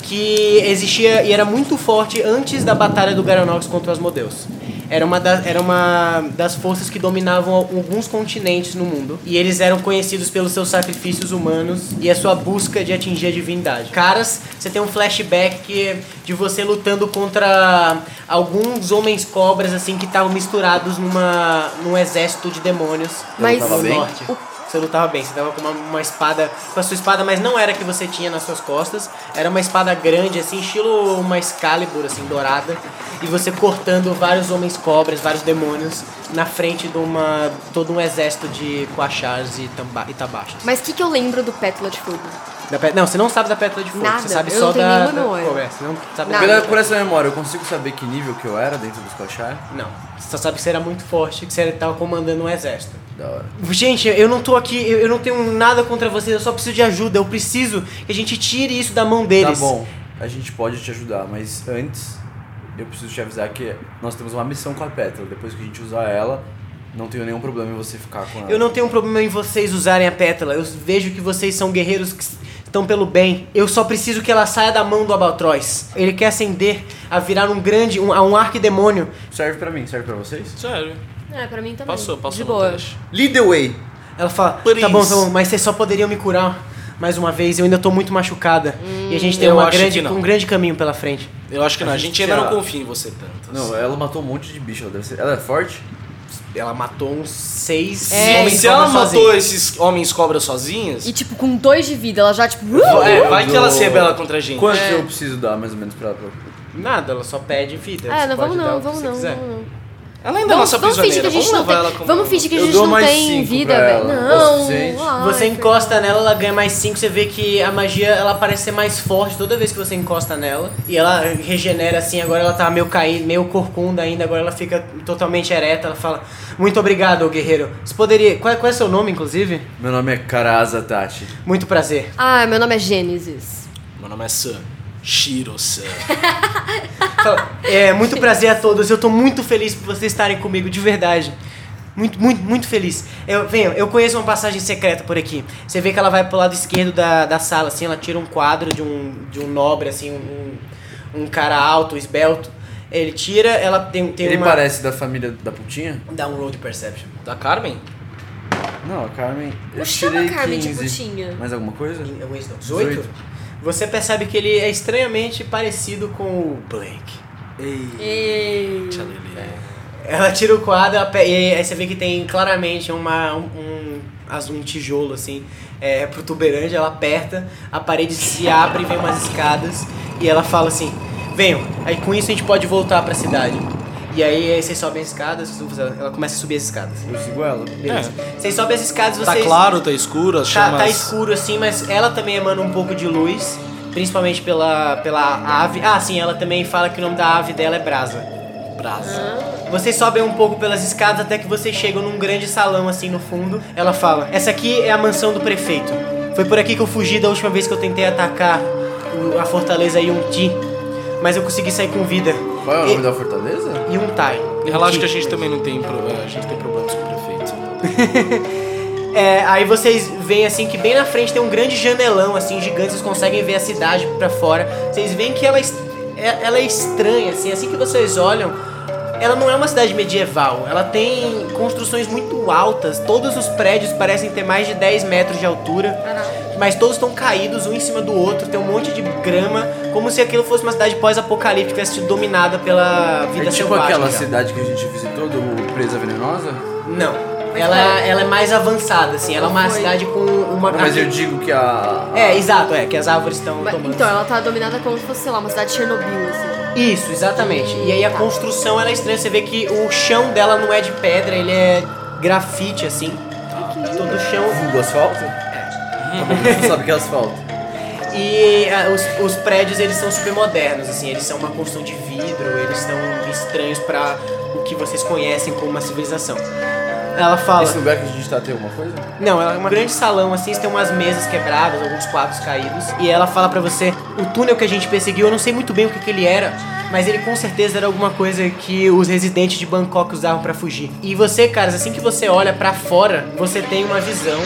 A: que existia e era muito forte antes da batalha do Garanox contra os Modeus. Era uma, da- era uma das forças que dominavam alguns continentes no mundo. E eles eram conhecidos pelos seus sacrifícios humanos e a sua busca de atingir a divindade. Caras, você tem um flashback de você lutando contra alguns homens cobras, assim, que estavam misturados numa, num exército de demônios.
C: Mas-
A: do
C: Tava
B: bem?
A: norte. Uh, Você lutava bem, você tava com uma, uma espada, com a sua espada, mas não era a que você tinha nas suas costas, era uma espada grande, assim, estilo uma Excalibur, assim, dourada, e você cortando vários homens cobras, vários demônios, na frente de uma. todo um exército de coachars e, tamba, e tabaxas.
C: Mas o que, que eu lembro do Pétula de Fogo?
A: Da pe- Não, você não sabe da pétala de fogo,
C: Nada,
A: você sabe
C: eu
A: só
C: não tenho
A: da.
C: nenhuma
A: da-
C: memória.
A: Pô, é, você não sabe
C: Nada.
A: da-
B: Pela, por essa memória, eu consigo saber que nível que eu era dentro dos cochar?
A: Não, você só sabe que você era muito forte, que você estava comandando um exército.
B: Da hora. Tá
A: Gente, eu não tô aqui, eu, eu não tenho nada contra vocês, eu só preciso de ajuda, eu preciso que a gente tire isso da mão deles.
B: Tá bom, a gente pode te ajudar, mas antes eu preciso te avisar que nós temos uma missão com a Petra. Depois que a gente usar ela, não tenho nenhum problema em você ficar com ela.
A: Eu não tenho problema em vocês usarem a pétala. Eu vejo que vocês são guerreiros que s- estão pelo bem. Eu só preciso que ela saia da mão do Albatroz. Ele quer ascender a virar um grande, um, a um arquidemônio.
B: Serve pra mim, serve pra vocês?
D: Sério.
C: É, pra mim também.
D: Passou, passou.
C: De
D: no
C: boa.
D: teste.
B: Lead the way!
A: Ela fala, tá
D: Please.
A: bom, tá bom, mas vocês só poderiam me curar mais uma vez. Eu ainda tô muito machucada. e a gente tem
D: eu
A: uma
D: acho
A: grande,
D: que não.
A: um grande caminho pela frente.
D: Eu acho que não.
B: A
D: A gente
B: gente
D: ainda
B: já-
D: não confia em você tanto.
B: Não,
D: assim.
B: ela matou um monte de bicho, ela deve ser. Ela é forte?
A: Ela matou uns seis
C: É,
A: homens
D: se ela
A: cobras
D: matou
A: sozinha.
D: esses homens cobras sozinhas,
C: E tipo, com dois de vida, ela já tipo...
D: é, vai que ela
B: Do-
D: se rebela contra a gente.
B: Quanto
C: É.
B: eu preciso dar mais ou menos pra ela? pra-
A: Nada, ela só pede vida.
C: Ah,
A: Você
C: não
A: pode
C: vamos
A: dar o
C: não,
A: que
C: vamos
A: você
C: não,
A: quiser.
C: vamos não.
D: Ela ainda é
C: Vamos,
D: nossa
C: vamos fingir
D: prisioneira.
C: que a gente não
D: levar ela
C: tem.
D: como-
C: Vamos fingir que a
B: Eu
C: gente
B: dou
C: não
B: mais
C: tem
B: cinco
C: vida,
B: pra
C: velho.
B: ela, é o
C: Não. Ah.
B: suficiente.
C: ai,
A: Você
C: filho.
A: encosta nela, ela ganha mais 5, você vê que a magia ela parece ser mais forte toda vez que você encosta nela. E ela regenera assim, agora ela tá meio caída, meio corcunda ainda, agora ela fica totalmente ereta, ela fala: "Muito obrigado, guerreiro. Você poderia, qual é, qual é seu nome inclusive?
B: Meu nome é Karaza Tati.
A: Muito prazer.
C: Ah, meu nome é Gênesis.
D: Meu nome é Sam. Shiro-san.
A: Fala, é, muito prazer a todos. Eu tô muito feliz por vocês estarem comigo, de verdade. Muito, muito, muito feliz. Eu, venho, eu conheço uma passagem secreta por aqui. Você vê que ela vai pro lado esquerdo da, da sala, assim, ela tira um quadro de um, de um nobre, assim, um, um cara alto, esbelto. Ele tira, ela tem, tem
B: Ele
A: uma.
B: parece da família da putinha?
A: Dá um road perception.
D: Da Carmen?
B: Não, a Carmen. Eu
C: O que chama
B: tirei
C: Carmen é de
B: 15.
C: putinha?
B: Mais alguma coisa?
A: É um wisdom.
B: 18?
A: 18? Você percebe que ele é estranhamente parecido com o Blake.
B: Ei.
C: Ei.
D: Tchalele.
A: É. Ela tira o quadro ela pe- e aí você vê que tem claramente uma, um, um, as- um tijolo assim é, protuberante. Ela aperta, a parede se abre e vem umas escadas. E ela fala assim: Venham, aí com isso a gente pode voltar pra cidade. E aí, aí vocês sobem as escadas, vocês- ela começa a subir as escadas.
B: Eu sigo ela.
A: Beleza. Vocês sobem as escadas,
D: É. Tá
A: vocês.
D: claro, tá escuro, as
A: Tá,
D: chamas...
A: tá escuro assim, mas ela também emana um pouco de luz, principalmente pela, pela ave. Ah, sim, ela também fala que o nome da ave dela é Brasa.
D: Brasa.
A: Vocês sobem um pouco pelas escadas até que vocês chegam num grande salão assim no fundo. Ela fala: Essa aqui é a mansão do prefeito. Foi por aqui que eu fugi da última vez que eu tentei atacar o- a fortaleza Yunti, mas eu consegui sair com vida.
B: Qual é o nome
A: E-
B: da fortaleza?
A: Yuntai.
D: Relaxa
A: Yunti.
D: que a gente também não tem, pro... é, a gente tem problemas com o prefeito.
A: É, aí vocês veem assim que bem na frente tem um grande janelão assim gigante, vocês conseguem ver a cidade pra fora. Vocês veem que ela é, es- é- ela é estranha assim, assim que vocês olham, ela não é uma cidade medieval. Ela tem construções muito altas. Todos os prédios parecem ter mais de 10 metros de altura. Mas todos estão caídos um em cima do outro, tem um monte de grama, como se aquilo fosse uma cidade pós-apocalíptica, tivesse sido dominada pela vida
B: É tipo
A: selvagem. né?
B: aquela
A: já.
B: cidade que a gente visitou do Presa Venenosa?
A: Não. Ela, ela é mais avançada, assim. Ela é uma
C: Foi.
A: cidade com uma
B: Não, mas eu digo que a.
A: Ah, É, exato, é, que as árvores estão
C: Mas,
A: tomando.
C: Então, ela tá dominada como se fosse, sei lá, uma cidade de Chernobyl, assim.
A: Isso, exatamente. E aí a construção ela é estranha, você vê que o chão dela não é de pedra, ele é grafite, assim. Todo o chão.
B: Vulgo asfalto? Todo mundo sabe que é asfalto.
A: E ah, os, os prédios eles são super modernos, assim, eles são uma construção de vidro, eles são estranhos pra o que vocês conhecem como uma civilização. Ela fala.
B: Esse lugar que a gente tá tem alguma coisa?
A: Não, ela é um grande salão assim, tem umas mesas quebradas, alguns quadros caídos. E ela fala pra você: o túnel que a gente perseguiu, eu não sei muito bem o que, que ele era, mas ele com certeza era alguma coisa que os residentes de Bangkok usavam pra fugir. E você, caras, assim que você olha pra fora, você tem uma visão,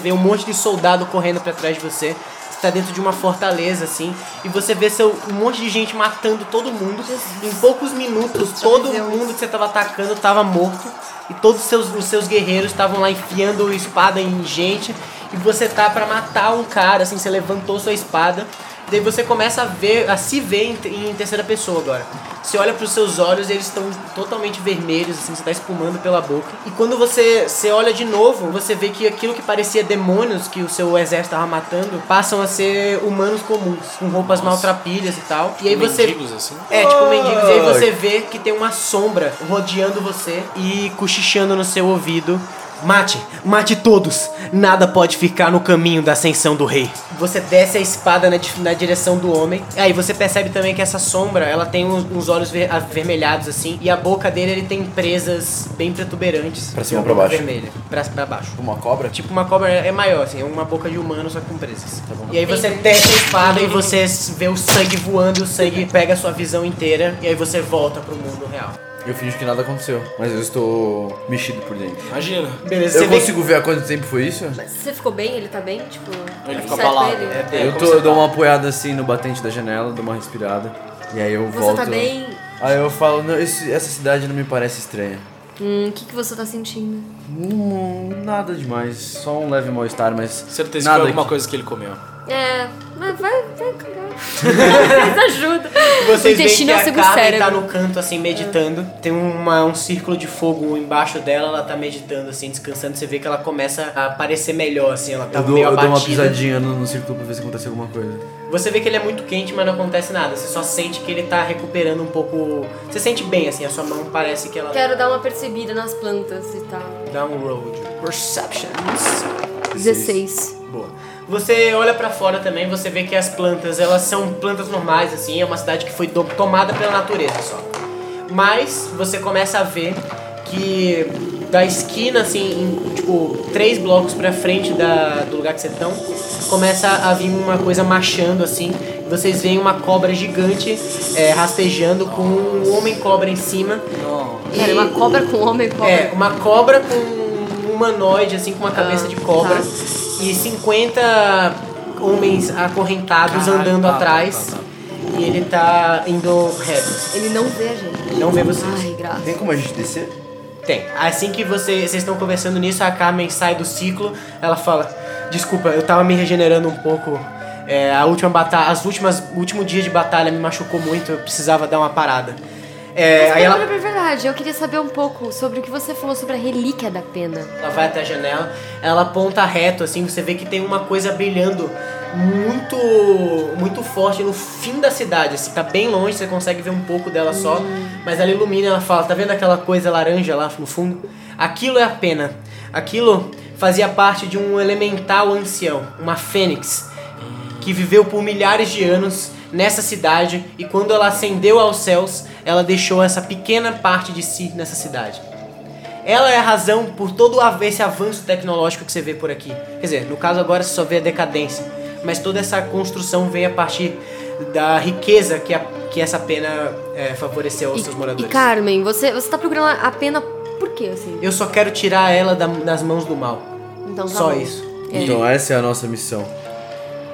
A: vê um monte de soldado correndo pra trás de você. Você tá dentro de uma fortaleza, assim, e você vê seu, um monte de gente matando todo mundo. Em poucos minutos, todo mundo que você tava atacando tava morto e todos os seus, os seus guerreiros estavam lá enfiando espada em gente e você tá pra matar um cara, assim, você levantou sua espada. Daí você começa a ver, a se ver em, te- em terceira pessoa agora. Você olha pros seus olhos e eles estão totalmente vermelhos, assim, você tá espumando pela boca. E quando você, você olha de novo, você vê que aquilo que parecia demônios que o seu exército tava matando passam a ser humanos comuns, com roupas maltrapilhas e tal. E aí você.
D: Mendigos, assim?
A: É, tipo mendigos. E aí você vê que tem uma sombra rodeando você e cochichando no seu ouvido. Mate, mate todos. Nada pode ficar no caminho da ascensão do rei. Você desce a espada na, di- na direção do homem. Aí você percebe também que essa sombra, ela tem uns, uns olhos ver- avermelhados assim, e a boca dele ele tem presas bem protuberantes.
B: Pra cima
A: E a
B: ou pra
A: boca
B: baixo?
A: Vermelha, pra, pra baixo.
B: Uma cobra?
A: Tipo uma cobra é maior, assim, é uma boca de humano, só que com presas.
B: Tá bom.
A: E aí você desce a espada e você s- vê o sangue voando e o sangue pega a sua visão inteira. E aí você volta pro mundo real.
B: Eu finjo que nada aconteceu, mas eu estou mexido por dentro.
D: Imagina.
A: Beleza,
B: Eu
A: você
B: consigo ver há quanto tempo foi isso?
C: Mas você ficou bem? Ele tá bem? Tipo,
D: Ele fica
C: certo
D: abalado.
C: ele?
A: vê. que-
B: eu,
A: como
B: tô,
A: você
B: eu dou
A: tá?
B: uma apoiada assim no batente da janela, dou uma respirada. E aí eu
C: Você
B: volto.
C: tá bem?
B: Aí eu falo, não, esse- essa cidade não me parece estranha.
C: Hum, o que, que você tá sentindo?
B: Hum, nada demais, só um leve mal-estar, mas.
D: Certeza
B: nada
D: que foi alguma
B: que-
D: coisa que ele comeu.
C: É, mas vai, vai cagar. Vocês ajudam. o
A: Vocês veem
C: intestino
A: que
C: é o
A: a
C: segundo
A: Carmen
C: cérebro.
A: tá no canto, assim, meditando. Tem uma, um círculo de fogo embaixo dela, ela tá meditando, assim, descansando. Você vê que ela começa a aparecer melhor, assim, ela tá
B: Eu dou,
A: meio
B: eu dou uma
A: abatida.
B: pisadinha no, no círculo pra ver se acontece alguma coisa.
A: Você vê que ele é muito quente, mas não acontece nada. Você só sente que ele tá recuperando um pouco... Você sente bem, assim, a sua mão parece que ela
C: Quero dar uma percebida nas plantas e tal.
A: dá um road. Perceptions.
C: 16.
A: Boa. Você olha pra fora também, você vê que as plantas, elas são plantas normais, assim, é uma cidade que foi do- tomada pela natureza só. Mas você começa a ver que da esquina, assim, em, tipo, três blocos pra frente da, do lugar que vocês estão, começa a vir uma coisa machando, assim, e vocês veem uma cobra gigante é, rastejando com um homem cobra em cima. E-
C: Cara, é uma cobra com homem cobra.
A: é, uma cobra com um humanoide, assim, com uma cabeça
D: Ah,
A: de cobra.
C: tá.
A: E 50 homens acorrentados
D: Caralho,
A: andando
D: tá, tá,
A: atrás.
D: tá, tá.
A: E ele tá indo reto.
C: Ele não vê a gente.
A: Não vê vocês.
C: Ai, graças.
B: Tem como a gente descer?
A: Tem. Assim que você- vocês estão conversando nisso, a Carmen sai do ciclo. Ela fala: Desculpa, eu tava me regenerando um pouco. É, a última batalha, as últimas, o último dia de batalha me machucou muito. Eu precisava dar uma parada. É, aí ela,
C: Mas, é verdade, eu queria saber um pouco sobre o que você falou sobre a relíquia da pena.
A: Ela vai até a janela, ela aponta reto, assim, você vê que tem uma coisa brilhando muito muito forte no fim da cidade, assim, tá bem longe, você consegue ver um pouco dela só, mas ela ilumina, ela fala, tá vendo aquela coisa laranja lá no fundo? Aquilo é a pena. Aquilo fazia parte de um elemental ancião, uma fênix, que viveu por milhares de anos nessa cidade e quando ela ascendeu aos céus, ela deixou essa pequena parte de si nessa cidade. Ela é a razão por todo o av- esse avanço tecnológico que você vê por aqui. Quer dizer, no caso agora você só vê a decadência, mas toda essa construção vem a partir da riqueza que, a- que essa pena é, favoreceu aos seus
C: E,
A: moradores.
C: e Carmen, você, você tá procurando a pena por quê, assim?
A: Eu só quero tirar ela da- das mãos do mal.
C: Então tá
A: só
C: bom.
A: isso.
B: Então essa é a nossa missão.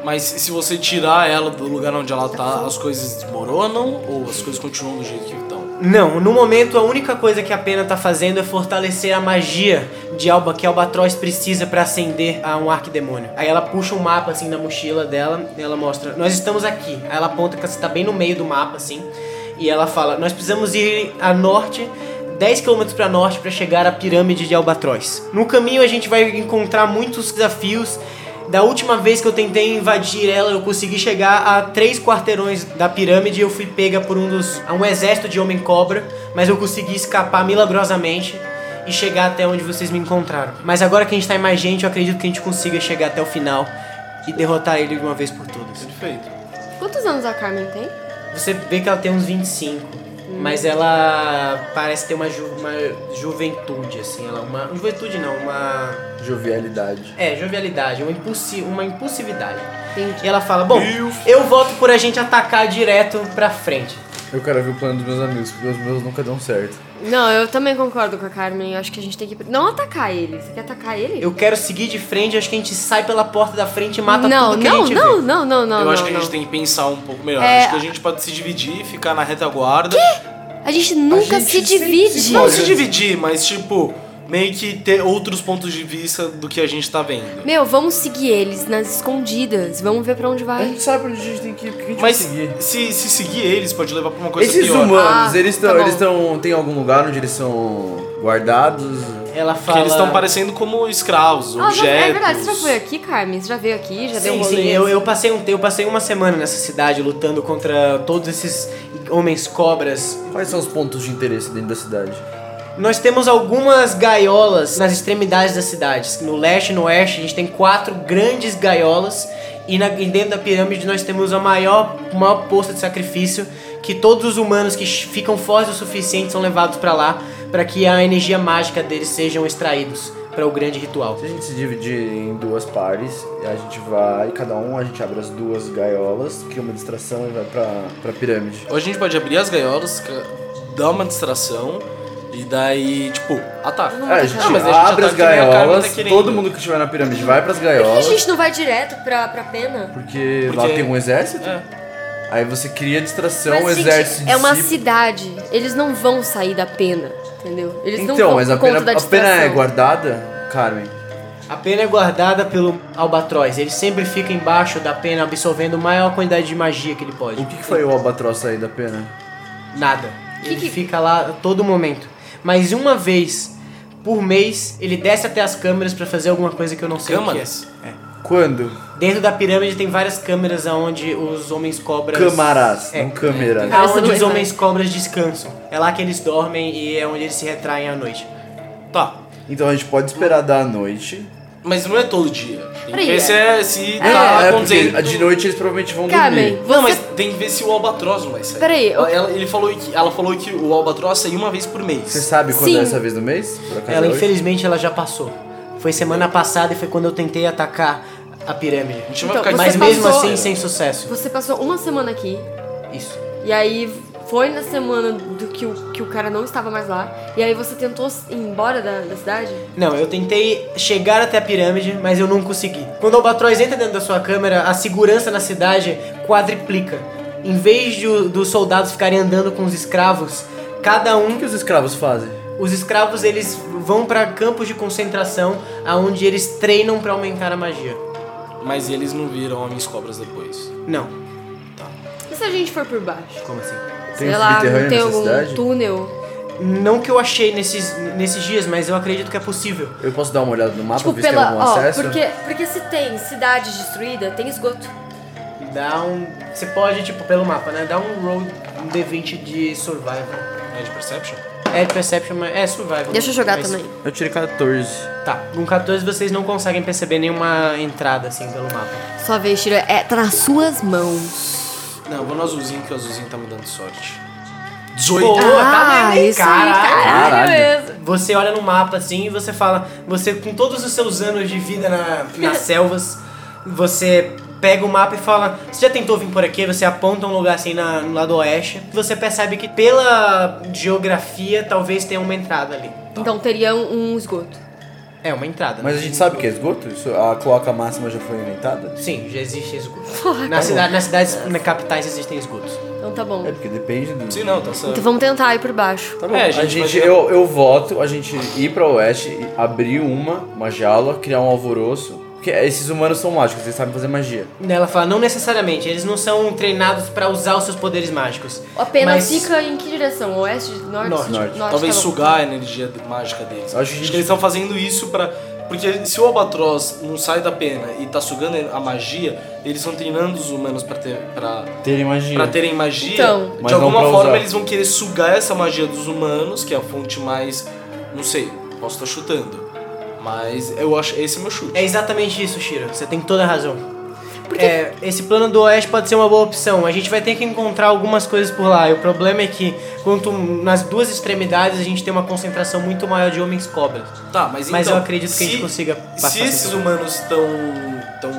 D: Mas se você tirar ela do lugar onde ela tá, as coisas desmoronam ou as coisas continuam do jeito que estão?
A: Não, no momento a única coisa que a pena tá fazendo é fortalecer a magia de Alba que Albatroz precisa pra acender a um arquidemônio. Aí ela puxa um mapa assim da mochila dela, e ela mostra: "Nós estamos aqui". Aí ela aponta que você tá bem no meio do mapa assim, e ela fala: "Nós precisamos ir a norte, 10 km pra norte pra chegar à pirâmide de Albatroz. No caminho a gente vai encontrar muitos desafios. Da última vez que eu tentei invadir ela, eu consegui chegar a três quarteirões da pirâmide e eu fui pega por um dos. a um exército de homem cobra, mas eu consegui escapar milagrosamente e chegar até onde vocês me encontraram. Mas agora que a gente tá em mais gente, eu acredito que a gente consiga chegar até o final e derrotar ele de uma vez por todas.
D: Perfeito.
C: Quantos anos a Carmen tem?
A: Você vê que ela tem uns 25, mas ela parece ter uma, ju- uma juventude, assim, ela uma juventude não, uma
B: Jovialidade.
A: é, jovialidade, uma, impulsi, uma impulsividade.
C: Entendi.
A: E ela fala: "Bom, eu voto por a gente atacar direto pra frente".
B: Eu quero ver o plano dos meus amigos, porque os meus nunca dão certo.
C: Não, eu também concordo com a Carmen. Eu acho que a gente tem que. Não atacar ele. Você quer atacar ele?
A: Eu quero seguir de frente, acho que a gente sai pela porta da frente e mata
C: não,
A: tudo que
C: não,
A: a gente
C: não,
A: vê.
C: não, não, não.
D: eu acho
C: não,
D: que a gente
C: não.
D: tem que pensar um pouco melhor.
C: É.
D: Acho que a gente pode se dividir, ficar na retaguarda.
C: A gente nunca
B: A gente
C: se
B: sempre
C: divide.
B: se
D: Não
B: Olha.
D: se dividir, mas tipo, meio que ter outros pontos de vista do que a gente tá vendo.
C: Meu, vamos seguir eles nas escondidas. Vamos ver pra onde
B: A
C: vai.
B: gente sabe onde a gente tem que ir, porque a gente
D: Mas
B: vai seguir.
D: se, se seguir eles, pode levar pra uma coisa
B: Esses
D: pior.
B: humanos,
C: Ah,
B: eles estão.
C: tá bom.
B: eles estão. Tem algum lugar onde eles são guardados?
A: Ela
D: Porque
A: fala
D: eles estão parecendo como escravos,
C: Ah, já-
D: objetos.
C: é verdade, você já foi aqui, Carmen? Você já veio aqui? Já deu um
A: Sim,
C: rolê?
A: sim, eu, eu passei um eu passei uma semana nessa cidade lutando contra todos esses homens cobras
B: Quais são os pontos de interesse dentro da cidade?
A: Nós temos algumas gaiolas nas extremidades das cidades. No leste e no oeste, a gente tem quatro grandes gaiolas. E, na- e dentro da pirâmide nós temos a maior, o maior posto de sacrifício que todos os humanos que ch- ficam fortes o suficiente são levados pra lá para que a energia mágica deles sejam extraídos para o grande ritual.
B: Se a gente se dividir em duas pares, a gente vai, cada um, a gente abre as duas gaiolas, cria uma distração e vai pra, pra pirâmide.
D: Ou a gente pode abrir as gaiolas, ca- dar uma distração e daí, tipo, ataca.
B: É, a gente
D: Ah, mas a gente
B: abre
D: já tá
B: as
D: que nem a Carmen tá
B: gaiolas,
D: querendo.
B: todo mundo que estiver na pirâmide vai pras
C: Por que a
B: gaiolas,
C: gente não vai direto pra, pra pena?
B: porque, lá
D: Porque-
B: tem um exército,
D: É.
B: aí você cria distração, um
C: Mas, gente,
B: exército de
C: é uma
B: si-
C: cidade. Eles não vão sair da pena, entendeu? Eles não
B: Então,
C: vão
B: mas a
C: por conta
B: pena,
C: da
B: a pena é
C: distração.
B: guardada, Carmen?
A: A pena é guardada pelo albatroz. Ele sempre fica embaixo da pena absorvendo a maior quantidade de magia que ele pode.
B: O que, que foi o albatroz aí da pena?
A: Nada.
C: Que
A: ele
C: que-
A: fica lá a todo momento. Mas uma vez por mês, ele desce até as câmeras pra fazer alguma coisa que eu não sei
D: Câmaras?
A: o que
B: Quando?
A: é. Dentro da pirâmide tem várias câmeras aonde os homens cobras...
B: Câmaras,
A: É.
D: né?
B: não câmeras.
C: Ah, isso
A: Aonde
C: não
A: os
C: é
A: homens cobras descansam. É lá que eles dormem e é onde eles se retraem à noite.
D: Tá.
B: Então a gente pode esperar da noite.
D: Mas não é todo dia. Tem que
C: Peraí,
D: ver
C: é.
D: se, é, se tá
B: é,
D: acontecendo.
B: porque de noite eles provavelmente vão
C: Carmen,
B: dormir.
C: você...
D: Não, mas tem que ver se o albatroz não vai sair.
C: Peraí, eu-
D: Ela, ela- ele falou que, ela falou que o albatroz saiu uma vez por mês.
B: Você sabe quando
C: Sim.
B: é essa vez do mês? Por acaso
A: Ela,
B: é hoje?
A: infelizmente, ela já passou. Foi semana passada e foi quando eu tentei atacar a pirâmide.
D: A gente vai
C: Então,
D: ficar aqui
C: você
A: Mas
D: sem
A: mesmo
C: passou-
A: assim, sem sucesso.
C: você passou uma semana aqui,
A: Isso.
C: e aí foi na semana do que o, que o cara não estava mais lá, e aí você tentou ir embora da, da cidade?
A: Não, eu tentei chegar até a pirâmide, mas eu não consegui. Quando o Albatroz entra dentro da sua câmera, a segurança na cidade quadriplica. Em vez de o- dos soldados ficarem andando com os escravos, cada
B: O
A: um,
B: que os escravos fazem?
A: os escravos eles vão pra campos de concentração, aonde eles treinam pra aumentar a magia.
D: Mas eles não viram homens cobras depois.
A: Não,
C: E se a gente for por baixo?
A: como assim?
B: Tem
C: Sei
B: um
C: lá,
B: subterrâneo
C: não tem
B: nessa
C: algum
B: cidade?
C: túnel.
A: Não que eu achei nesses, nesses dias, mas eu acredito que é possível.
B: Eu posso dar uma olhada no mapa,
C: tipo,
B: ver se tem
C: pela.
B: algum
C: Ó,
B: acesso?
C: porque, porque se tem cidade destruída, tem esgoto.
A: Dá um, você pode tipo pelo mapa, né? Dá um roll um D20 de survival.
D: É de perception?
A: É perception, mas é survival.
C: Deixa eu jogar
A: mas-
C: também.
B: Eu tirei 14.
A: Tá, com 14 vocês não conseguem perceber nenhuma entrada assim pelo mapa.
C: Sua vez, Shira, é, tá nas suas mãos.
D: Não, eu vou no azulzinho, que o azulzinho tá me dando sorte.
A: 18. tá
C: Ah, isso aí,
B: Caralho.
C: mesmo.
A: Você olha no mapa assim e você fala, você com todos os seus anos de vida na, nas selvas, você pega o mapa e fala, você já tentou vir por aqui? Você aponta um lugar assim na, no lado oeste. Você percebe que pela geografia talvez tenha uma entrada ali.
C: Então teria um, um esgoto.
A: É uma entrada.
B: Mas a gente sabe que é esgoto? Isso- a cloaca máxima já foi inventada?
A: Sim, já existe esgoto. na cidade, nas cidades, nas capitais existem esgotos.
C: Então tá bom.
B: É, porque depende do...
D: Sim, não, tá certo.
C: Então vamos tentar ir por baixo.
B: Tá bom,
D: É, a
B: a
D: gente
B: gente,
D: vai virar-
B: eu, eu voto a gente ir pra oeste, e abrir uma, uma jaula, criar um alvoroço. Porque esses humanos são mágicos, eles sabem fazer magia.
A: Né, Ela fala, não necessariamente, eles não são treinados pra usar os seus poderes mágicos.
C: A pena
A: Mas-
C: fica em que direção? Oeste, norte?
A: Norte.
B: Norte.
D: Talvez
C: tá bom.
D: sugar a energia de- mágica deles.
B: Eu acho
D: Acho
B: que
D: que,
B: a gente-
D: eles estão fazendo isso pra. Porque se o albatroz não sai da pena e tá sugando a magia, eles estão treinando os humanos pra, ter, pra,
B: Terem magia.
D: pra terem magia.
C: Então.
B: Mas
D: de
B: não
D: alguma
B: pra
D: forma
B: usar.
D: eles vão querer sugar essa magia dos humanos, que é a fonte mais. Não sei, posso estar chutando. Mas eu acho. Esse é o meu chute.
A: É exatamente isso, Shiro. Você tem toda a razão.
C: Porque
A: É, esse plano do Oeste pode ser uma boa opção. A gente vai ter que encontrar algumas coisas por lá. E o problema é que, quanto nas duas extremidades, a gente tem uma concentração muito maior de homens cobras.
D: Tá, mas,
A: Mas
D: então,
A: eu acredito que a gente
D: se-
A: consiga passar
D: Se
A: sem
D: esses
A: problema.
D: humanos estão. Tão,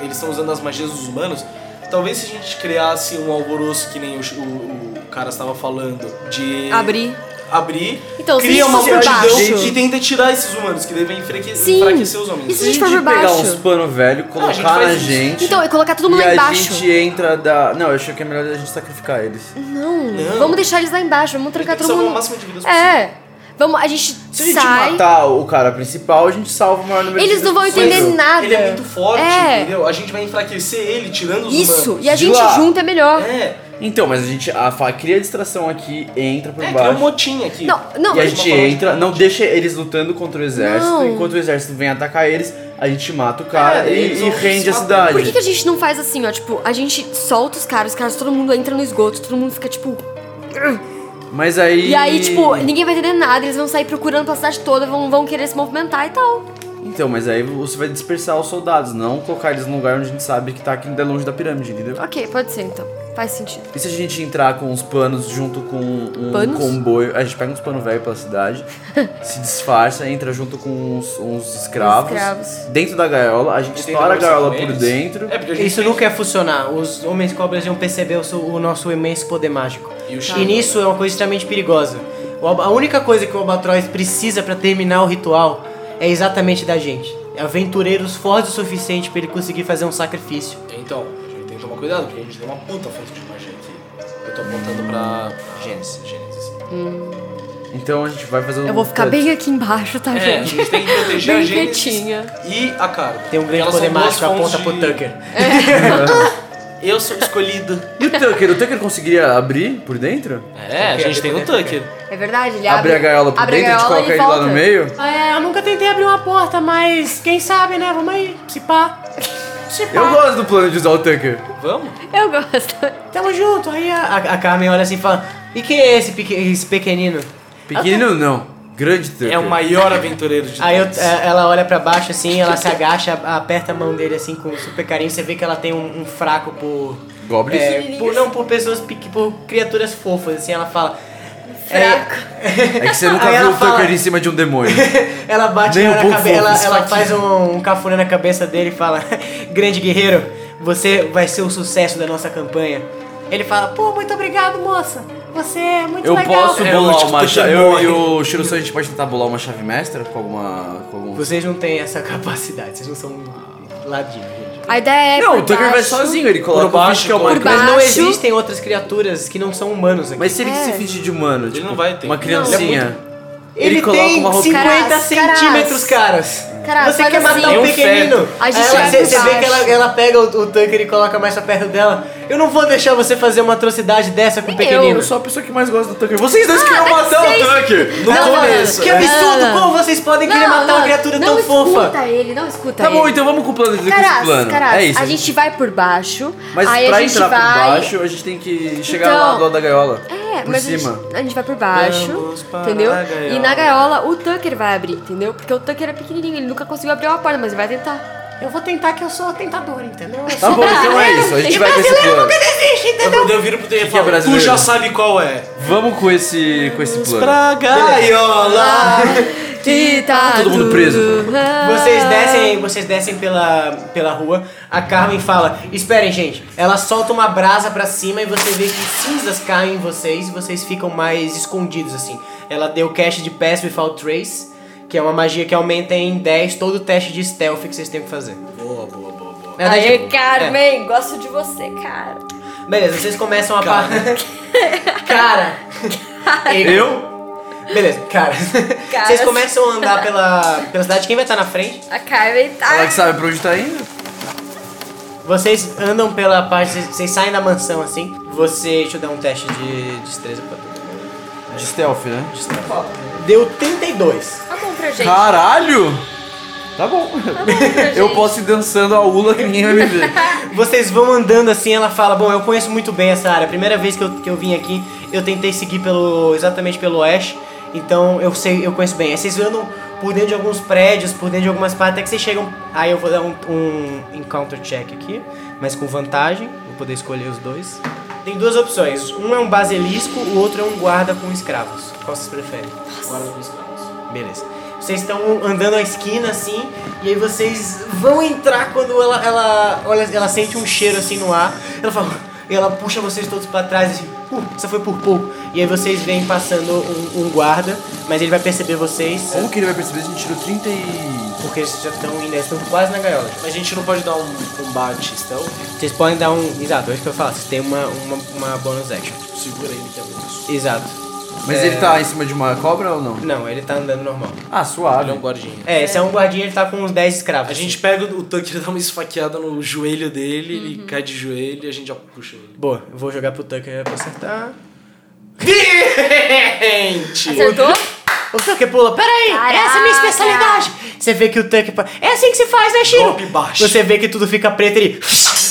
D: eles estão usando as magias dos humanos, talvez se a gente criasse um alvoroço que nem o, o- o cara estava falando, de.
C: abrir.
D: Abrir.
C: Então, se
D: cria
C: a gente
D: uma
C: for por baixo-
D: multidão que tenta tirar esses humanos, que devem enfraque-
C: Sim.
D: enfraquecer os homens.
C: E se
B: Se
C: a gente for por
B: pegar
C: baixo?
B: uns pano velho,
D: Não, a gente
B: colocar
D: faz
B: na
D: isso.
B: gente.
C: Então, e colocar todo mundo
B: e
C: lá
B: a
C: embaixo.
B: gente é- entra da. Não, eu achei que é melhor a gente sacrificar eles.
C: Não,
D: Não.
C: vamos deixar eles lá embaixo, vamos trancar todo
D: Salvar é o
C: mundo.
D: máximo de vidas possível.
C: É. Vamos, a gente
B: Se a gente
C: sai.
B: matar o cara principal, a gente salva o maior número de
C: Eles não vão
B: pessoas
C: entender
B: possível.
C: nada.
D: Ele é muito forte,
C: É.
D: entendeu? A gente vai enfraquecer ele, tirando os
C: Isso,
D: humanos.
C: e a
B: De
C: gente
B: lá.
C: junto é melhor.
D: É,
B: Então, mas a gente a, fa- cria distração aqui, entra por
D: é cria um
B: baixo.
D: motim aqui.
C: Não, não,
B: e a
C: mas-
B: gente entra, não deixa eles lutando contra o exército.
C: Não.
B: Enquanto o exército vem atacar eles, a gente mata o cara
D: É, eles
B: e, e
D: vão se
B: rende a
D: matar.
B: cidade.
C: Por que, que a gente não faz assim, ó? Tipo, a gente solta os caras, os caras, todo mundo entra no esgoto, todo mundo fica tipo.
B: Mas aí.
C: E aí, tipo, ninguém vai entender nada, eles vão sair procurando pra cidade toda, vão, vão querer se movimentar e tal.
B: Então, mas aí você vai dispersar os soldados, não colocar eles num lugar onde a gente sabe que tá aqui longe da pirâmide, entendeu?
C: Ok, pode ser então. Faz sentido.
B: E se a gente entrar com uns panos junto com um
C: Panos?
B: comboio? A gente pega uns panos velhos pela cidade, se disfarça, entra junto com uns, uns escravos.
C: Uns escravos.
B: Dentro da gaiola, a gente
D: tenta
B: estoura a
D: conversar
B: gaiola
D: com
B: por
D: eles.
B: dentro.
D: É, porque a gente
A: Isso nunca ia funcionar. Os homens cobras iam perceber o, seu- o nosso imenso poder mágico.
D: E o
A: E
D: Shadow.
A: nisso é uma coisa extremamente perigosa. O alba- a única coisa que o Albatroz precisa pra terminar o ritual é exatamente da gente. Aventureiros fortes o suficiente pra ele conseguir fazer um sacrifício.
D: Então, a gente tem que tomar cuidado, porque a gente tem uma puta fonte de magia aqui. Eu tô apontando pra Gênesis. Gênesis.
B: Então a gente vai fazer um.
C: Eu vou ficar bem aqui embaixo, tá,
D: É, a
C: gente?
D: gente tem que proteger
C: Bem
D: a Gênesis
C: quietinha.
D: e a Carla.
A: Tem um grande
D: Elas
A: poder
D: são duas
A: mágico, aponta
D: fontes
A: pro
D: de-
A: Tucker.
D: Eu sou escolhido.
B: E o Tucker? O Tucker conseguiria abrir por dentro?
D: É, a gente tem o Tucker.
C: É verdade, ele
B: Abre a gaiola por
C: abre
B: dentro, a gente
C: gaiola
B: coloca
C: e
B: ele lá no
C: volta.
B: meio?
A: É, eu nunca tentei abrir uma porta, mas quem sabe, né? Vamos aí, se pá. Se
B: Eu gosto do plano de usar o Tucker.
D: Vamos?
C: Eu gosto.
A: Tamo junto. Aí a, a Carmen olha assim e fala: E quem é esse, peque- esse pequenino?
B: Pequeno não, grande Tucker.
D: É o maior aventureiro de
A: Aí eu-
D: todos.
A: é, ela olha pra baixo assim, ela se agacha, aperta a mão dele assim com super carinho. Você vê que ela tem um, um fraco por.
B: Goblins?
A: é, por- não, por pessoas, pequ- por criaturas fofas, assim, ela fala. Fraco.
B: É que você nunca
A: Aí
B: viu
A: ela
B: o
A: fala-
B: Tucker em cima de um demônio.
A: Ela bate
B: Nem um
A: na
B: pouco
A: cabeça,
B: fofo,
A: ela,
B: isso
A: ela
B: aqui.
A: faz um, um cafuné na cabeça dele e fala: Grande guerreiro, você vai ser o sucesso da nossa campanha. Ele fala: Pô, muito obrigado, moça. Você é muito
B: Eu
A: legal.
B: posso
D: É,
B: bolar
D: tipo,
B: uma
D: tu
B: chave. Eu
D: morre.
B: e o Shirosan a gente pode tentar bolar uma chave mestra com alguma. Com algum...
A: Vocês não têm essa capacidade, vocês não são ladinos, gente.
C: A ideia é.
B: Não, o
C: por
B: Tucker vai
C: baixo.
B: sozinho, ele coloca
D: Por
B: o bicho que é
D: baixo,
B: uma
C: por
B: criança.
A: Mas não
C: Baixo.
A: existem outras criaturas que não são humanos aqui.
B: Mas se ele
C: É.
B: se finge de humano, tipo,
D: não vai ter.
B: uma
D: Não.
B: criancinha.
D: Ele
A: Ele,
B: coloca
A: tem
B: uma roupa.
A: 50
C: Caras,
A: centímetros, caras.
C: Caras,
A: Você
C: faz
A: quer matar
C: assim.
A: o
D: É um
A: pequenino.
D: feto.
C: A gente
A: Aí ela-
C: vai
A: Você
C: por
A: você vê
C: baixo.
A: que ela, ela pega o, o Tucker e coloca mais pra perto dela. Eu não vou deixar você fazer uma atrocidade dessa com o pequenino.
B: Eu sou a pessoa que mais gosta do Tucker. Vocês dois queriam
C: Ah,
B: matar
C: vocês-
B: o Tucker!
C: Não, não,
B: No
C: não, Ah.
B: começo.
A: Que
B: É.
A: absurdo!
C: Não, não.
A: Como vocês podem querer matar uma criatura
C: não
A: tão fofa?
C: escuta ele, não escuta
B: Tá
C: ele.
B: bom, então vamos com o plano de esse
C: Caras,
B: plano.
C: caras,
B: é isso.
C: a gente vai por baixo,
B: Mas
C: aí
B: pra
C: a gente
B: entrar
C: vai...
B: por baixo, a gente tem que chegar
C: Então-
B: lá do lado da gaiola.
C: É,
B: por
C: mas
B: cima.
C: A, gente, a gente vai por baixo,
D: Vamos para
C: entendeu?
D: a gaiola.
C: E na gaiola o Tucker vai abrir, entendeu? Porque o Tucker é pequenininho, ele nunca conseguiu abrir uma porta, mas ele vai tentar.
A: Eu vou tentar que eu sou tentador, entendeu?
B: Tá bom, então é isso. A gente vai com esse plano.
D: Eu, eu viro pro Tucker
B: que
D: e
B: é
D: falo, tu
B: brasileiro?
D: já sabe qual é.
B: Vamos com esse, com esse plano.
D: Pra
C: Ah.
D: gaiola.
B: tá Todo mundo preso.
C: Ah.
A: Vocês descem, vocês descem pela, pela rua. A Carmen fala: "Esperem, gente". Ela solta uma brasa pra cima e você vê que cinzas caem em vocês e vocês ficam mais escondidos assim. Ela deu cast de Pass Without Trace, que é uma magia que aumenta em 10 todo o teste de stealth que vocês têm que fazer.
D: Boa, boa, boa, boa.
A: Na verdade,
C: Aê,
A: é-
C: Carmen, gosto de você, cara.
A: é. Beleza, vocês começam a par... Cara.
B: Eu?
A: Beleza, cara.
C: Cara.
A: Vocês começam a andar pela, pela cidade. Quem vai estar na frente?
C: A Carmen tá...
B: Ela que sabe pra onde tá indo?
A: Vocês andam pela parte, vocês, vocês saem da mansão assim. Você. Deixa eu dar um teste de destreza pra todo mundo.
B: De stealth, né?
A: Deu 32.
C: Tá bom pra gente.
B: Caralho! Tá bom.
C: gente.
B: Eu posso ir dançando a ula que ninguém vai me ver.
A: Vocês vão andando assim, ela fala: Bom, eu conheço muito bem essa área. A primeira vez que eu, que eu vim aqui, eu tentei seguir pelo. exatamente pelo oeste. Então eu sei, eu conheço bem. Aí vocês andam por dentro de alguns prédios, por dentro de algumas partes, até que vocês chegam. Aí eu vou dar um, um encounter check aqui, mas com vantagem, vou poder escolher os dois. Tem duas opções: um é um basilisco, o outro é um guarda com escravos. Qual vocês preferem?
E: Guarda com escravos.
A: Beleza. Vocês estão andando a esquina assim, e aí vocês vão entrar quando ela, ela, olha, ela sente um cheiro assim no ar. Ela fala, e ela puxa vocês todos pra trás assim, uh, essa foi por pouco. E aí vocês vêm passando um, um guarda, mas ele vai perceber vocês,
E: É.
B: Como que ele vai perceber se a gente tirou 30 e.
A: porque vocês já estão indo, eles estão quase na gaiola.
E: A gente não pode dar um combate, então
A: Vocês podem dar um. Exato, é isso que eu falo, vocês têm uma, uma, uma bonus action.
E: segura ele que é bom.
A: Exato.
B: Mas ele tá em cima de uma cobra ou não?
A: Não, ele tá andando normal.
B: Ah, suave.
D: Ele é um guardinha.
A: É, esse é um guardinha, ele tá com uns 10 escravos.
E: A gente pega o Tucker, dá uma esfaqueada no joelho dele, ele cai de joelho e a gente já puxa ele.
A: Boa, eu vou jogar pro Tucker pra acertar.
C: Acertou?
A: O Tucker pula, peraí,
C: Caraca.
A: essa é a minha especialidade. Você vê que o Tucker... pa- É assim que se faz, né, Chino?
E: Golpe baixo.
A: Você vê que tudo fica preto, ele...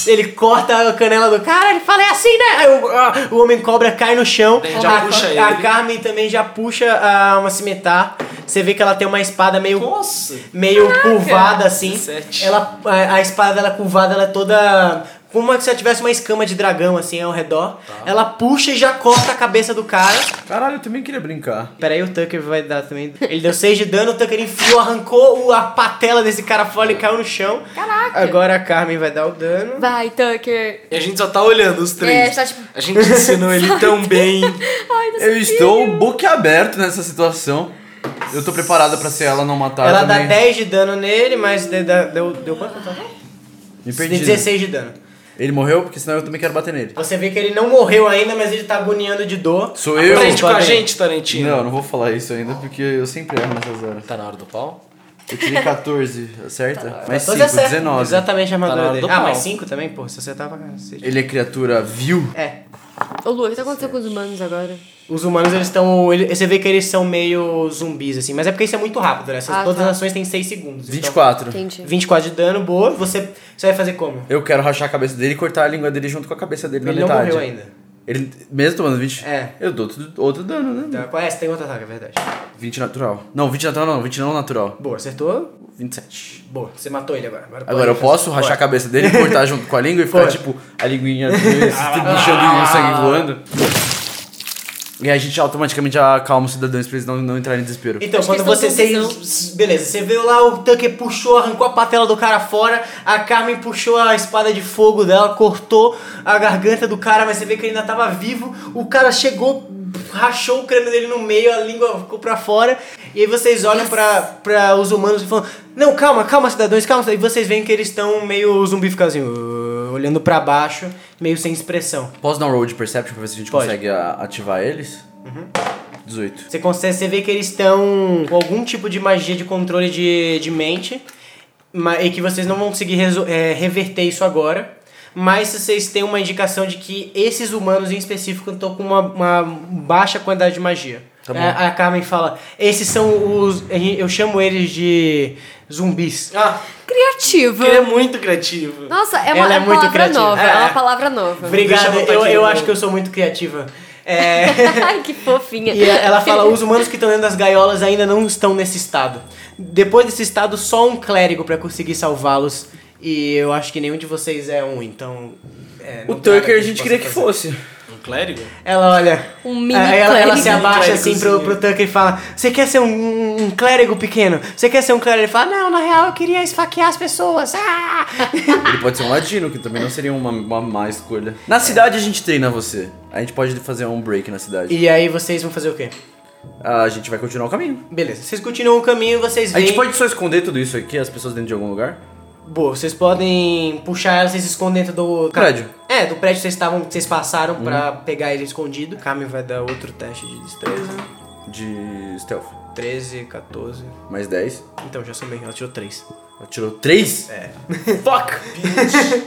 A: Ele corta a canela do cara, ele fala, é assim, né? Aí o, ah, o homem cobra cai no chão.
E: Já
A: a,
E: puxa
A: a
E: ele.
A: Carmen também já puxa ah, uma cimentar. Você vê que ela tem uma espada meio...
E: Nossa!
A: meio curvada assim.
E: 17.
A: Ela, a, a espada dela curvada, ela é toda. Como se ela tivesse uma escama de dragão assim ao redor.
E: Tá.
A: Ela puxa e já corta a cabeça do cara.
B: Caralho, eu também queria brincar.
A: Pera aí, o Tucker vai dar também. Ele deu 6 de dano, o Tucker enfiou, arrancou o- a patela desse cara fora e caiu no chão.
C: Caraca.
A: Agora a Carmen vai dar o dano.
C: Vai, Tucker.
E: E a gente só tá olhando os
C: É,
E: três.
C: tá tipo.
E: A gente ensinou ele tão bem.
C: Ai,
B: Eu estou boquiaberto nessa situação. Eu tô preparado pra se ela não matar
A: Ela dá
B: também.
A: 10 de dano nele, mas de- da- deu, deu quanto? total?
B: Me perdi.
A: 16 de dano.
B: Ele morreu porque senão eu também quero bater nele.
A: Você vê que ele não morreu ainda, mas ele tá agoniando de dor.
B: Sou eu.
E: Frente com a
A: Parabéns.
E: gente, Tarantino.
B: Não, eu não vou falar isso ainda porque eu sempre erro nessas horas.
D: Tá na hora do pau?
B: Eu tirei 14, acerta? Mais 5,
A: Todos é certo.
B: 19.
A: Exatamente a armadura
D: Tá na hora
A: dele.
D: do
A: Ah,
D: pau.
A: mas 5 também, pô. Se você tava. cacete.
B: Ele é criatura vil.
A: É.
C: Ô, Lu, o que tá acontecendo com os humanos agora?
A: Os humanos, eles estão. ele- Você vê que eles são meio zumbis, assim. Mas é porque isso é muito rápido, né? Essas,
C: Ah,
A: todas
C: tá.
A: as ações têm 6 segundos. então-
B: 24.
C: Entendi.
A: 24 de dano, boa. Você, você vai fazer como?
B: Eu quero rachar a cabeça dele e cortar a língua dele junto com a cabeça dele
A: Ele não
B: na metade.
A: morreu ainda.
B: Ele, mesmo tomando 20?
A: É.
B: Eu dou outro, outro dano, né?
A: Então, qual é? Você tem outro ataque, é verdade.
B: 20 natural. Não, 20 natural não, 20 não natural.
A: Boa, acertou?
B: 27.
A: Boa, você matou ele agora. Agora, pode
B: Agora eu
A: fazer-
B: posso rachar a
A: pode.
B: cabeça dele, cortar junto com a língua e ficar
A: Pode. Ah.
B: tipo a linguinha dele tipo se bichando e o sangue voando. E a gente automaticamente acalma os cidadãos pra eles não, não entrarem em desespero.
A: Então,
C: Acho que é
A: quando
C: eles
A: você.
C: estão com
A: Vocês, beleza, você veio lá, o Tucker puxou, arrancou a patela do cara fora, a Carmen puxou a espada de fogo dela, cortou a garganta do cara, mas você vê que ele ainda tava vivo. O cara chegou, rachou o crânio dele no meio, a língua ficou pra fora. E aí vocês olham pra, pra os humanos e falam: Não, calma, calma, cidadãos, calma. E vocês veem que eles estão meio zumbificazinho, olhando pra baixo, meio sem expressão.
B: Posso dar um roll de perception pra ver se a gente
A: Pode. Uhum.
B: consegue a- ativar eles? 18.
A: Você consegue você vê que eles estão com algum tipo de magia de controle de, de mente ma- e que vocês não vão conseguir resol- é, reverter isso agora. Mas vocês têm uma indicação de que esses humanos em específico estão com uma, uma baixa quantidade de magia.
B: Tá bom.
A: É, a Carmen fala: esses são os. Eu chamo eles de zumbis.
E: Ah,
C: Criativo.
E: porque ele é muito criativo.
C: Nossa, é uma,
A: Ela é muito
C: palavra
A: criativa.
C: nova.
A: É.
C: É. uma palavra nova.
A: Obrigado,
E: Deixa eu botar
A: eu,
E: aqui
A: eu
E: no-
A: acho que eu sou muito criativa. É.
C: Ai, que fofinha.
A: E é ela fala: os humanos que estão dentro das gaiolas ainda não estão nesse estado. Depois desse estado, só um clérigo pra conseguir salvá-los. E eu acho que nenhum de vocês é um, então. é, não
B: O
A: tem nada
B: Tucker a
A: gente
B: gente
A: possa
B: queria que
A: fazer.
B: fosse.
E: Um clérigo?
A: Ela olha.
C: Um mini
A: aí ela, ela
C: clérigo.
A: se
B: Um
A: abaixa assim pro, pro
E: Clérigozinho.
A: Tucker e fala: Você quer ser um, um- um clérigo pequeno? Você quer ser um clérigo? Ele fala: Não, na real eu queria esfaquear as pessoas. Ah!
B: Ele pode ser um ladino, que também não seria uma, uma má escolha. Na cidade a gente treina você. A gente pode fazer um break na cidade. Ah,
A: e aí vocês vão fazer o quê?
B: A gente vai continuar o caminho.
A: Beleza, vocês continuam o caminho e vocês
B: A
A: veem.
B: gente pode só esconder tudo isso aqui, as pessoas dentro de algum lugar?
A: Boa, vocês podem puxar ela, vocês escondem dentro do
B: Um Prédio.
A: É, do prédio que vocês estavam, que vocês passaram pra pegar ele escondido. Hum. Kami vai dar outro teste de destreza.
B: De stealth.
A: 13, 14.
B: Mais 10.
A: Então, já somei, ela tirou 3.
B: Ela tirou 3? É.
E: Fuck!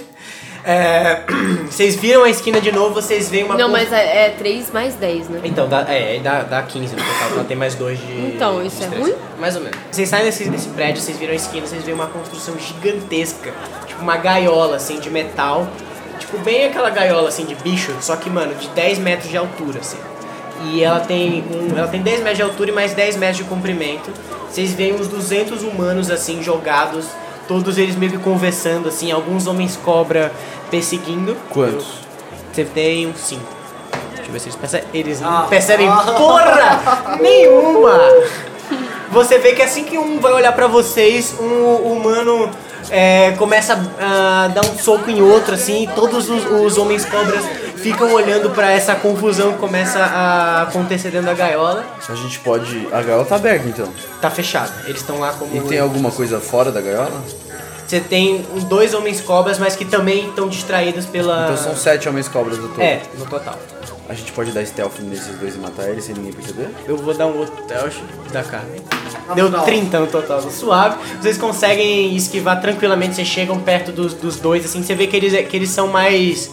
A: É, vocês viram a esquina de novo, vocês veem uma
C: Não,
A: cor-
C: mas é, é 3 mais 10, né?
A: Então, dá, é, é, dá, dá 15 no total, ela tem mais 2 de.
C: Então,
A: de
C: isso é
A: destreza.
C: ruim?
A: Mais ou menos. Vocês saem desse, desse prédio, vocês viram a esquina, vocês veem uma construção gigantesca. Tipo uma gaiola, assim, de metal. Tipo, bem aquela gaiola, assim, de bicho, só que, mano, de 10 metros de altura, assim. E ela tem, um, ela tem 10 metros de altura e mais 10 metros de comprimento. Vocês veem uns 200 humanos assim jogados, todos eles meio que conversando assim, alguns homens cobra perseguindo.
B: Quantos?
A: Você tem uns 5. Deixa eu ver se eles percebem. Eles não percebem porra nenhuma! Você vê que assim que um vai olhar pra vocês, um humano é, começa a dar um soco em outro, assim, e todos os, os homens cobras ficam olhando pra essa confusão que começa a acontecer dentro da gaiola.
B: A gente pode. A gaiola tá aberta então.
A: Tá fechada. Eles estão lá como.
B: E tem alguma coisa fora da gaiola?
A: Você tem os dois homens cobras, mas que também estão distraídos pela.
B: Então são sete homens cobras do todo.
A: Ah. É, no total.
B: A gente pode dar stealth nesses dois e matar eles sem ninguém perceber?
A: Eu vou dar um outro Telch da Carmen. Deu 30 no total, suave. Vocês conseguem esquivar tranquilamente, vocês chegam perto dos, dos dois, assim, você vê que eles, que eles são mais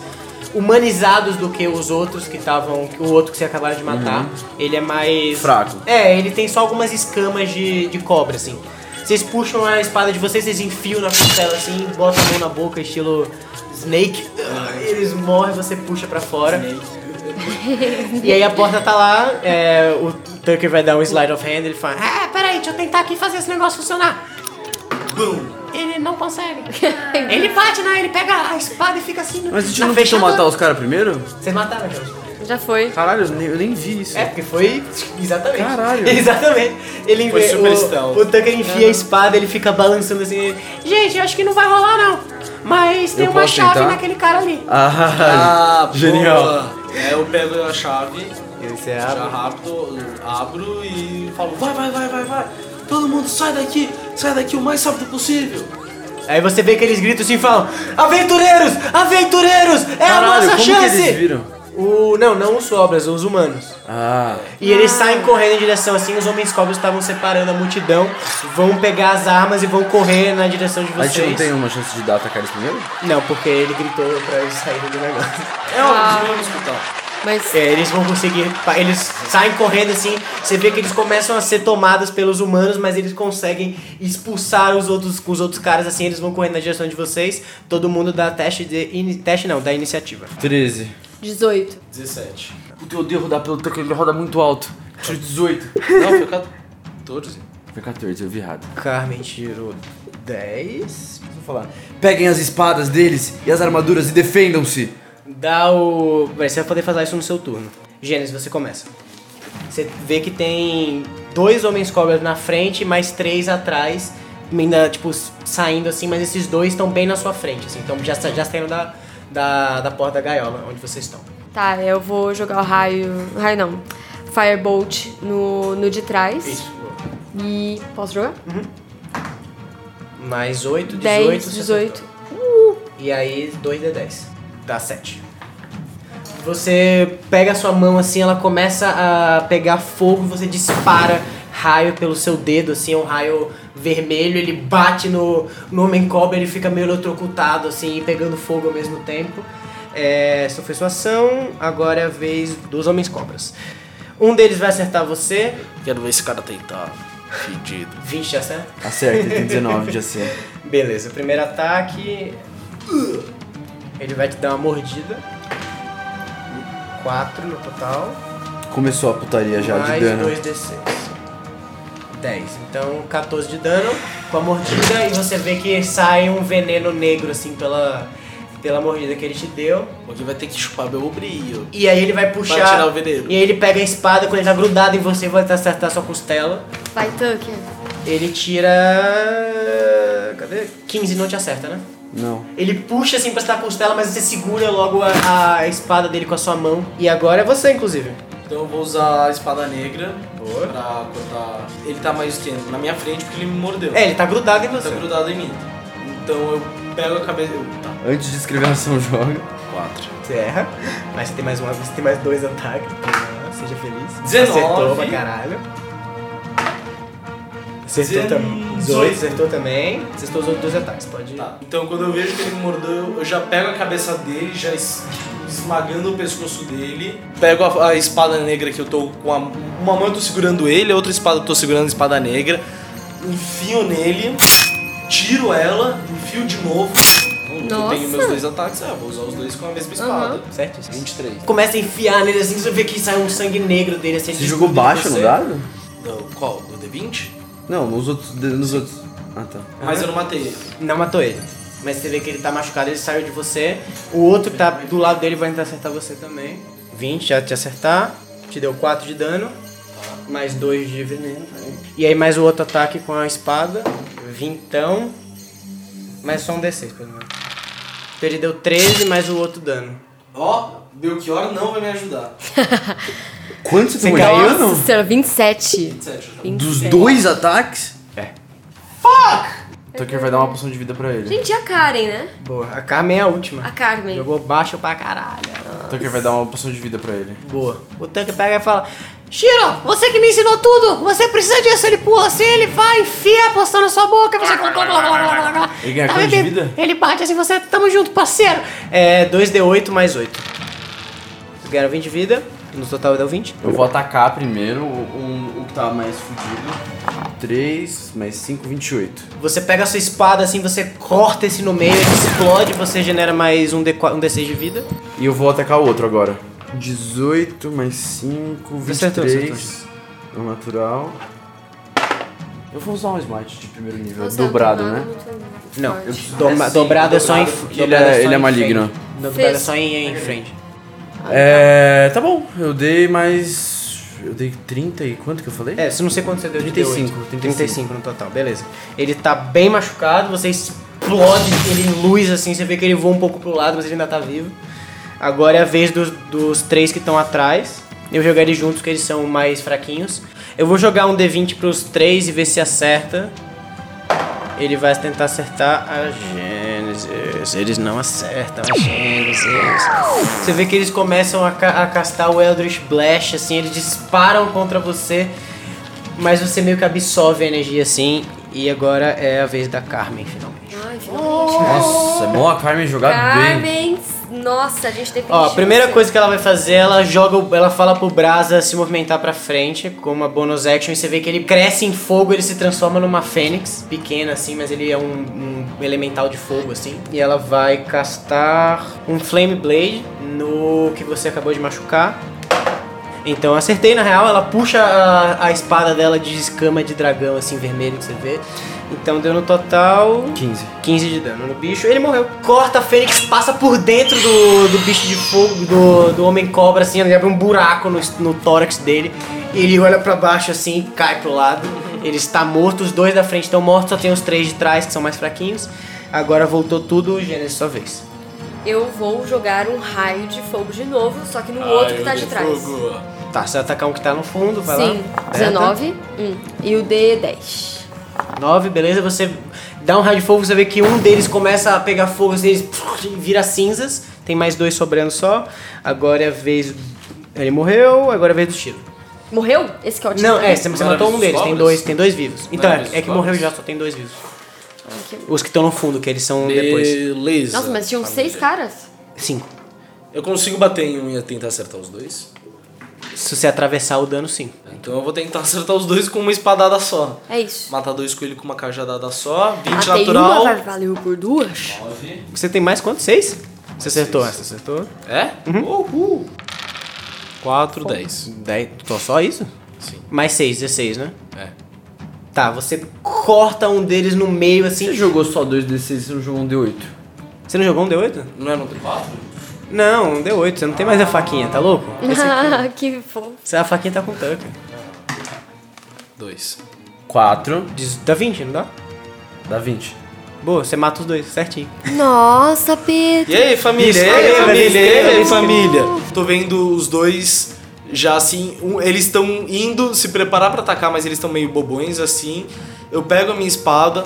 A: humanizados do que os outros que estavam. que O outro que você acabaram de matar. Ele é mais.
B: Fraco.
A: É, ele tem só algumas escamas de, de cobra, assim. Vocês puxam a espada de vocês, vocês enfiam na costela assim, botam a mão na boca, estilo Snake. Ah, Eles morrem, você puxa pra fora. E aí a porta tá lá, é, o Tucker vai dar um slide of hand, ele fala, ah, peraí, deixa eu tentar aqui fazer esse negócio funcionar. Bum! Ele não consegue. ele bate, né? Ele pega a espada e fica assim.
B: Mas a gente
A: na
B: não tentou
A: fechadura.
B: matar os caras primeiro?
A: Vocês mataram, Jorge.
C: Já foi.
B: Caralho, eu nem, eu nem vi isso.
A: É, porque foi. Exatamente.
B: Caralho.
A: Exatamente. Ele
D: Foi
A: envia-
D: super
A: o,
D: stealth.
A: o Tucker enfia a espada, ele fica balançando assim. ele, Gente, eu acho que não vai rolar, não. Mas tem
B: Eu
A: uma
B: posso
A: chave
B: tentar?
A: naquele cara ali.
B: Ah, genial.
E: boa. É, eu pego a chave,
D: é
A: Você
E: já rápido, abro e falo, vai, vai, vai, vai, vai. Todo mundo sai daqui, sai daqui o mais rápido possível.
A: Aí você vê que eles gritam assim e falam: Aventureiros! Aventureiros! É
B: Caralho,
A: a nossa
B: como
A: chance!
B: que eles viram?
A: O, não, não os sobras, os humanos.
B: Ah,
A: E eles saem correndo em direção assim, os homens cobras estavam separando a multidão, vão pegar as armas e vão correr na direção de
B: a
A: vocês.
B: gente não tem uma chance de dar atacar eles primeiro?
A: Não, porque ele gritou pra eles saírem do negócio.
E: É óbvio, vamos escutar.
C: Ah, Mas.
A: É, eles vão conseguir. pa- Eles saem correndo assim. Você vê que eles começam a ser tomados pelos humanos, mas eles conseguem expulsar os outros, os outros caras assim. Eles vão correndo na direção de vocês. Todo mundo dá teste de. ini- teste não, dá iniciativa.
B: 13.
C: 18.
E: 17.
B: Puta, eu odeio rodar pelo tanque, ele roda muito alto. Tiro 18.
E: Não, foi 14.
B: Foi 14, eu vi errado.
A: Carmen tirou 10.
B: Vou falar. Peguem as espadas deles e as armaduras e defendam-se.
A: Dá o. Vai, Você vai poder fazer isso no seu turno. Gênesis, você começa. Você vê que tem dois homens cobras na frente, mais três atrás, ainda, tipo, s- saindo assim, mas esses dois estão bem na sua frente, assim, então já, sa- já saindo da, da, da porta da gaiola, onde vocês estão.
C: Tá, eu vou jogar o raio. Raio não. Firebolt no, no de trás.
A: Isso. Hum.
C: E. Posso jogar?
A: Mais 8, 18,
C: 10,
A: 60.
C: 18.
A: E aí, 2 de 10. Dá 7. Você pega a sua mão assim, ela começa a pegar fogo, você dispara raio pelo seu dedo, assim, é um raio vermelho, ele bate no, no homem cobra, ele fica meio eletrocutado, assim, e pegando fogo ao mesmo tempo. É, essa foi sua ação, agora é a vez dos homens cobras. Um deles vai acertar você,
D: Quero ver esse cara tentar. Fedido.
A: 20 de acerta.
B: Acerta, ele tem 19 de acerto.
A: Beleza, o primeiro ataque. Ele vai te dar uma mordida. 4 no total.
B: Começou a putaria já
A: mais
B: de dano.
A: 2d6. 10. Então 14 de dano com a mordida e você vê que sai um veneno negro assim pela, pela mordida que ele te deu.
E: Alguém vai ter que chupar meu brilho.
A: E aí ele vai puxar.
E: tirar o veneno.
A: E aí ele pega a espada, quando ele tá grudado em você, vai acertar sua costela.
C: Vai, Tucker.
A: Ele tira. Cadê? 15 não te acerta, né?
B: Não.
A: Ele puxa assim pra estar a costela, mas você segura logo a, a espada dele com a sua mão. E agora é você, inclusive.
E: Então eu vou usar a espada negra
A: Boa.
E: pra cortar. Ele tá mais que na minha frente porque ele me mordeu.
A: É, ele tá grudado em você.
E: Tá grudado em mim. Então eu pego a cabeça. eu- Tá,
B: Antes de escrever a ação, joga.
E: 4.
A: Você erra. Mas você tem mais uma, você tem mais dois ataques. Então, Seja feliz.
E: 19.
A: Acertou pra caralho. Acertou
E: Dezen-
A: também. 18
E: dezoito.
A: acertou também. Acertou os outros dois ataques, pode ir.
E: Tá. Então quando eu vejo que ele me mordeu, eu já pego a cabeça dele, já es- esmagando o pescoço dele. Pego a, a espada negra que eu tô com a, uma mão eu tô segurando ele, a outra espada eu tô segurando a espada negra. Enfio nele, tiro ela, enfio de novo. Eu
C: Nossa.
E: tenho meus dois ataques, é, eu vou usar os dois com a mesma espada.
C: Aham.
A: Certo?
E: 23.
A: Começa a enfiar nele assim, você vê que sai um sangue negro dele assim.
B: Você
A: ele
B: jogou
A: explode em
B: baixo
A: você.
B: no dado?
E: Não, qual? Do D20?
B: Não, nos outros. de- Nos outros. Ah tá.
E: Mas eu não matei ele.
A: Não matou ele. Mas você vê que ele tá machucado, ele saiu de você. O outro que tá do lado dele vai tentar acertar você também. 20 já te acertar. Te deu 4 de dano. Mais 2 de veneno. E aí mais o outro ataque com a espada. Vintão. Mais só um D6, pelo menos. Então ele deu 13 mais o outro dano.
E: Ó, Belchior não vai me ajudar.
B: Quanto você tem
A: caiu?
B: aí,
C: Nossa
B: não?
C: senhora, 27.
E: Sério, já.
C: 27.
B: Dos dois ataques?
A: É.
B: Tucker vai dar uma poção de vida pra ele.
C: Gente, e a Karen, né?
A: Boa. A Carmen é a última.
C: A Carmen.
A: Jogou baixo pra caralho.
B: Tucker vai dar uma poção de vida pra ele.
A: Boa. O tanque pega e fala: Shiro, você que me ensinou tudo, você precisa disso. Ele pula assim, ele vai, enfia a poção na sua boca. Você.
B: Ele ganha quanto de vida?
A: Ele bate assim, você. Tamo junto, parceiro. É 2d8 mais 8. Ganharam 20 de vida. No total deu 20.
B: Eu vou atacar primeiro o, um- o que tá mais fudido. 3 mais 5, 28.
A: Você pega a sua espada assim, você corta esse no meio, ele explode, você genera mais um, D, um D6 de vida.
B: E eu vou atacar o outro agora. 18 mais 5,
A: Acertou,
B: 23. É o natural. Eu vou usar um smite de primeiro nível,
C: Nossa,
B: dobrado,
C: tomada
B: né?
C: muito- muito
A: Não,
C: é um forte.
A: Dobra-
B: É sim,
A: dobrado é só em.
B: dobrado, porque
A: dobrado
B: ele é-
A: só
B: ele é
A: em
B: maligno.
A: frente. Dobrado é
C: Fez.
A: só em, em frente.
B: É. Tá bom, eu dei mais. Eu dei 30 e quanto que eu falei?
A: É, se não sei quanto você deu de
B: 35,
A: D8.
B: 35.
A: 35 no total, beleza. Ele tá bem machucado, você explode ele em luz assim, você vê que ele voa um pouco pro lado, mas ele ainda tá vivo. Agora é a vez dos, dos três que estão atrás. Eu jogar eles juntos, que eles são mais fraquinhos. Eu vou jogar um D20 pros três e ver se acerta. Ele vai tentar acertar a Gênesis. Eles não acertam a Gênesis. Você vê que eles começam a, ca- a castar o Eldritch Blast, assim, eles disparam contra você, mas você meio que absorve a energia assim. E agora é a vez da Carmen, finalmente.
C: Ai, finalmente.
B: Nossa, é bom a Carmen jogar bem.
C: Carmen, nossa, a gente definiu.
A: tá Ó, a primeira coisa que ela vai fazer, ela joga, o- ela fala pro Brasa se movimentar pra frente com uma bonus action e você vê que ele cresce em fogo, ele se transforma numa fênix, pequena assim, mas ele é um, um elemental de fogo assim. E ela vai castar um Flame Blade no que você acabou de machucar. Então eu acertei na real, ela puxa a, a espada dela de escama de dragão assim vermelho que você vê. Então deu no total
B: 15.
A: 15 de dano no bicho, ele morreu. Corta a fênix, passa por dentro do, do bicho de fogo, do, do homem cobra, assim, ele abre um buraco no, no tórax dele. Ele olha pra baixo assim e cai pro lado. Ele está morto, os dois da frente estão mortos, só tem os três de trás que são mais fraquinhos. Agora voltou tudo, Gênesis sua vez.
C: Eu vou jogar um raio de fogo de nogo, só que no outro que tá de trás.
A: Tá, você vai atacar um que tá no fundo, vai lá.
C: Sim,
A: Aperta.
C: 19 hum, e o D 10.
A: 9, beleza? Você dá um raio de fogo, você vê que um deles começa a pegar fogo, assim, eles vira cinzas. Tem mais dois sobrando só. Agora é a vez. Ele morreu, agora é a vez do tiro.
C: Morreu? Esse que é o
A: Não,
C: titã?
A: é, você você
E: Não era
A: matou um
E: vez dos
A: deles, tem
E: pobres?
A: dois, tem dois vivos. Então,
E: era
A: é,
E: vez dos
A: é que morreu
E: pobres?
A: já, só tem dois vivos.
C: Ai, que-
A: Os que estão no fundo, que eles são depois.
E: Beleza.
C: Nossa, mas tinham seis caras.
A: Cinco.
E: Eu consigo bater em um e tentar acertar os dois.
A: Se você atravessar o dano, sim.
E: Então eu vou tentar acertar os dois com uma espadada só.
C: É isso.
E: Matar dois coelhos com uma cajadada só. 20
C: Matei
E: natural.
C: Ah, uma, vai- valeu por duas.
A: Você tem mais quanto? Seis? Você acertou essa, acertou?
E: É? Uhul. 4, 10.
A: Dez. Só, só isso?
E: Sim.
A: Mais seis, 16, né?
E: É.
A: Tá, você corta um deles no meio assim.
B: Você jogou só 2d6 você não jogou um d8.
A: Você não jogou um D8?
E: Não é no 4?
A: Não, um D8, você não tem mais a faquinha, tá louco?
C: que fofo.
A: Essa- A faquinha tá com tanque.
E: 2.
B: 4,
A: Diz- Dá 20, não dá?
B: dá 20.
A: Boa, você mata os dois, certinho.
C: Nossa, Pedro.
E: E aí, família? E
A: Beleza,
E: aí, família? E
A: beleza,
E: aí,
A: beleza.
E: família? Tô vendo os dois já assim, um- eles estão indo se preparar pra atacar, mas eles estão meio bobões assim. Eu pego a minha espada,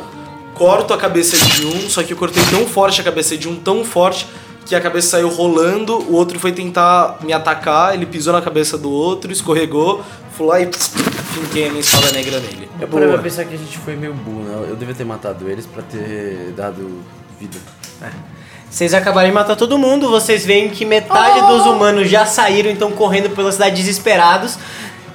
E: corto a cabeça de um, só que eu cortei tão forte a cabeça de um, tão forte que a cabeça saiu rolando, o outro foi tentar me atacar, ele pisou na cabeça do outro, escorregou, fui lá e finquei a minha espada negra nele.
B: Eu parei pra pensar que a gente foi meio burro, né? Eu devia ter matado eles pra ter dado vida.
A: Vocês acabaram de matar todo mundo, vocês veem que metade
C: Oh!
A: dos humanos já saíram, então correndo pela cidade desesperados.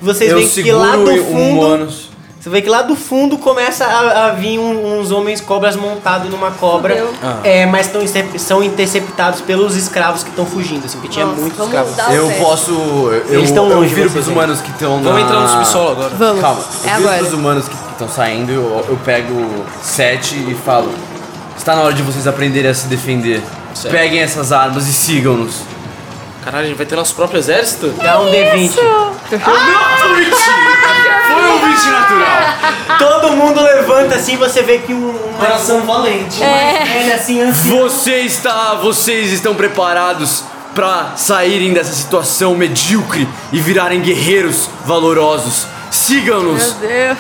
A: Vocês veem que lá do
B: e-
A: fundo.
B: um humanos.
A: Você vê que lá do fundo começa a, a vir um- uns homens cobras montados numa cobra.
C: Fudeu.
A: É, mas tão intercep- são interceptados pelos escravos que estão fugindo, assim, porque tinha
C: Nossa,
A: muitos
C: vamos
A: escravos.
C: dar Tá
B: eu
C: certo.
B: posso. Eu,
A: Eles tão
B: eu
A: longe,
B: viro
A: vocês
B: pros
A: aí.
B: humanos que estão na.
E: Vamos entrar no subsolo agora.
C: Vamos.
B: Calma.
C: É
B: eu viro
C: agora.
B: pros humanos que estão saindo, eu, eu pego sete e falo: Está na hora de vocês aprenderem a se defender.
D: Certo.
B: Peguem essas armas e sigam-nos.
D: Caralho, a gente vai ter nosso próprio exército?
A: Dá um D20.
B: Foi um bicho natural!
A: Todo mundo levanta assim, você vê que um, um
E: Coração valente.
A: mais velho assim, ansioso.
B: Você está, vocês estão preparados para saírem dessa situação medíocre e virarem guerreiros valorosos. Sigam-nos!
C: Deus.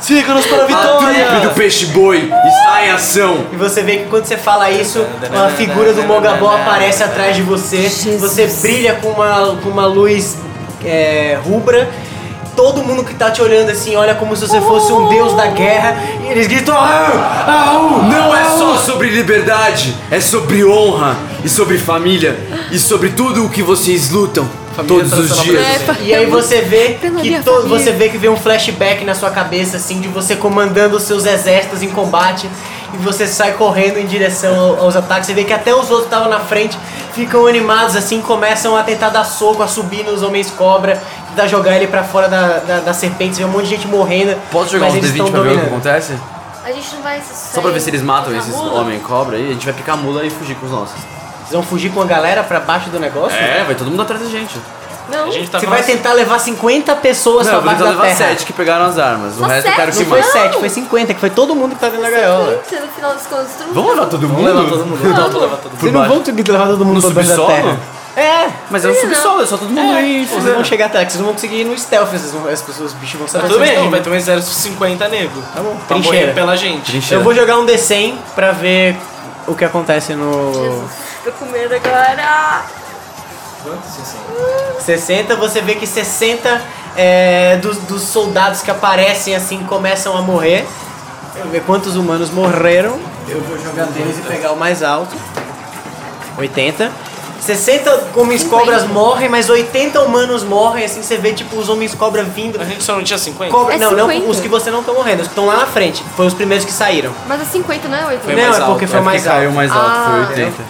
E: Siga-nos
A: Ah,
E: para a
B: A trupe do
E: vitória.
B: peixe-boi está em ação!
A: E você vê que quando você fala isso, uma figura do Mogabó aparece atrás de você. Você brilha com uma, com uma luz é, rubra. Todo mundo que tá te olhando assim olha como se você fosse um deus da guerra. E eles gritam. "Ah!" "Au! Au!
B: Não é
A: Au!"
B: só sobre liberdade, é sobre honra e sobre família e sobre tudo o que vocês lutam
E: tá
A: tá
B: todos os dias.
C: É, fa-
A: E aí você vê
C: Pela
A: que
C: minha
A: todo,
C: família.
A: você vê que vem um flashback na sua cabeça assim de você comandando os seus exércitos em combate e você sai correndo em direção ao- aos ataques. Você vê que até os outros que estavam na frente ficam animados assim, começam a tentar dar soco, a subir nos homens cobra, tentar jogar ele pra fora da, da, da serpente. Você vê um monte de gente morrendo.
B: Posso jogar
A: mas
B: uns
A: eles
B: D20
A: estão
B: pra ver o que
A: dominando. Tá
B: acontece?
C: A gente não vai. Tá
B: Só pra ver se eles matam esses homem-cobra aí. A gente vai picar a mula e fugir com os nossos.
A: Vocês vão fugir com a galera pra baixo do negócio?
B: É, vai todo mundo atrás da gente.
C: Não.
E: A gente tá
A: Você
E: com
A: vai
E: uma-
A: tentar levar 50 pessoas
B: Não, eu
A: pra baixo
B: vou tentar
A: da
B: levar
A: terra.
B: sete que pegaram as armas. O
C: Só
B: resto eu quero que
A: Não
C: sete?
A: foi
B: mais.
C: Não.
A: 7, foi 50, que foi todo mundo que tá dentro da gaiola.
C: No final das contas, todo
B: Vamos
C: mundo-
B: levar todo mundo?
E: levar todo mundo.
B: Não.
E: Vamos levar todo mundo.
B: Por
A: Vocês não
B: baixo.
A: vão conseguir levar todo mundo
B: No
A: pra baixo da
B: subsolo?
A: terra. É. né?
B: Mas é um subsolo, é só todo mundo aí.
A: Vocês não vão chegar até lá, que vocês não vão conseguir ir no stealth, vocês vão, as pessoas, os bichos vão saber.
E: Tudo
A: onde
E: bem,
A: vocês
E: vai
A: estão.
E: ter um exército de 50 negros.
A: Tá bom,
E: Pra
A: trincheira.
E: morrer pela gente.
B: Trincheira.
A: Eu vou jogar um D100 pra ver o que acontece no...
C: Jesus, tô com medo agora.
E: Quantos, assim?
A: 60, você vê que 60 é, dos, dos soldados que aparecem assim começam a morrer. Eu ver quantos humanos morreram. Eu vou jogar deles e pegar o mais alto. 80. 60 homens cobras morrem, mas 80 humanos morrem, assim você vê tipo os homens cobra vindo.
E: A gente só não tinha 50?
A: Cobra,
C: É
A: não, não,
C: 50.
A: os que você não tá morrendo, os que estão lá na frente. Foi os primeiros que saíram.
C: Mas é 50, não é 80?
A: não,
E: mais
A: é
E: alto,
A: porque foi mais
B: caiu
A: alto.
B: mais alto,
C: Ah.
B: foi 80.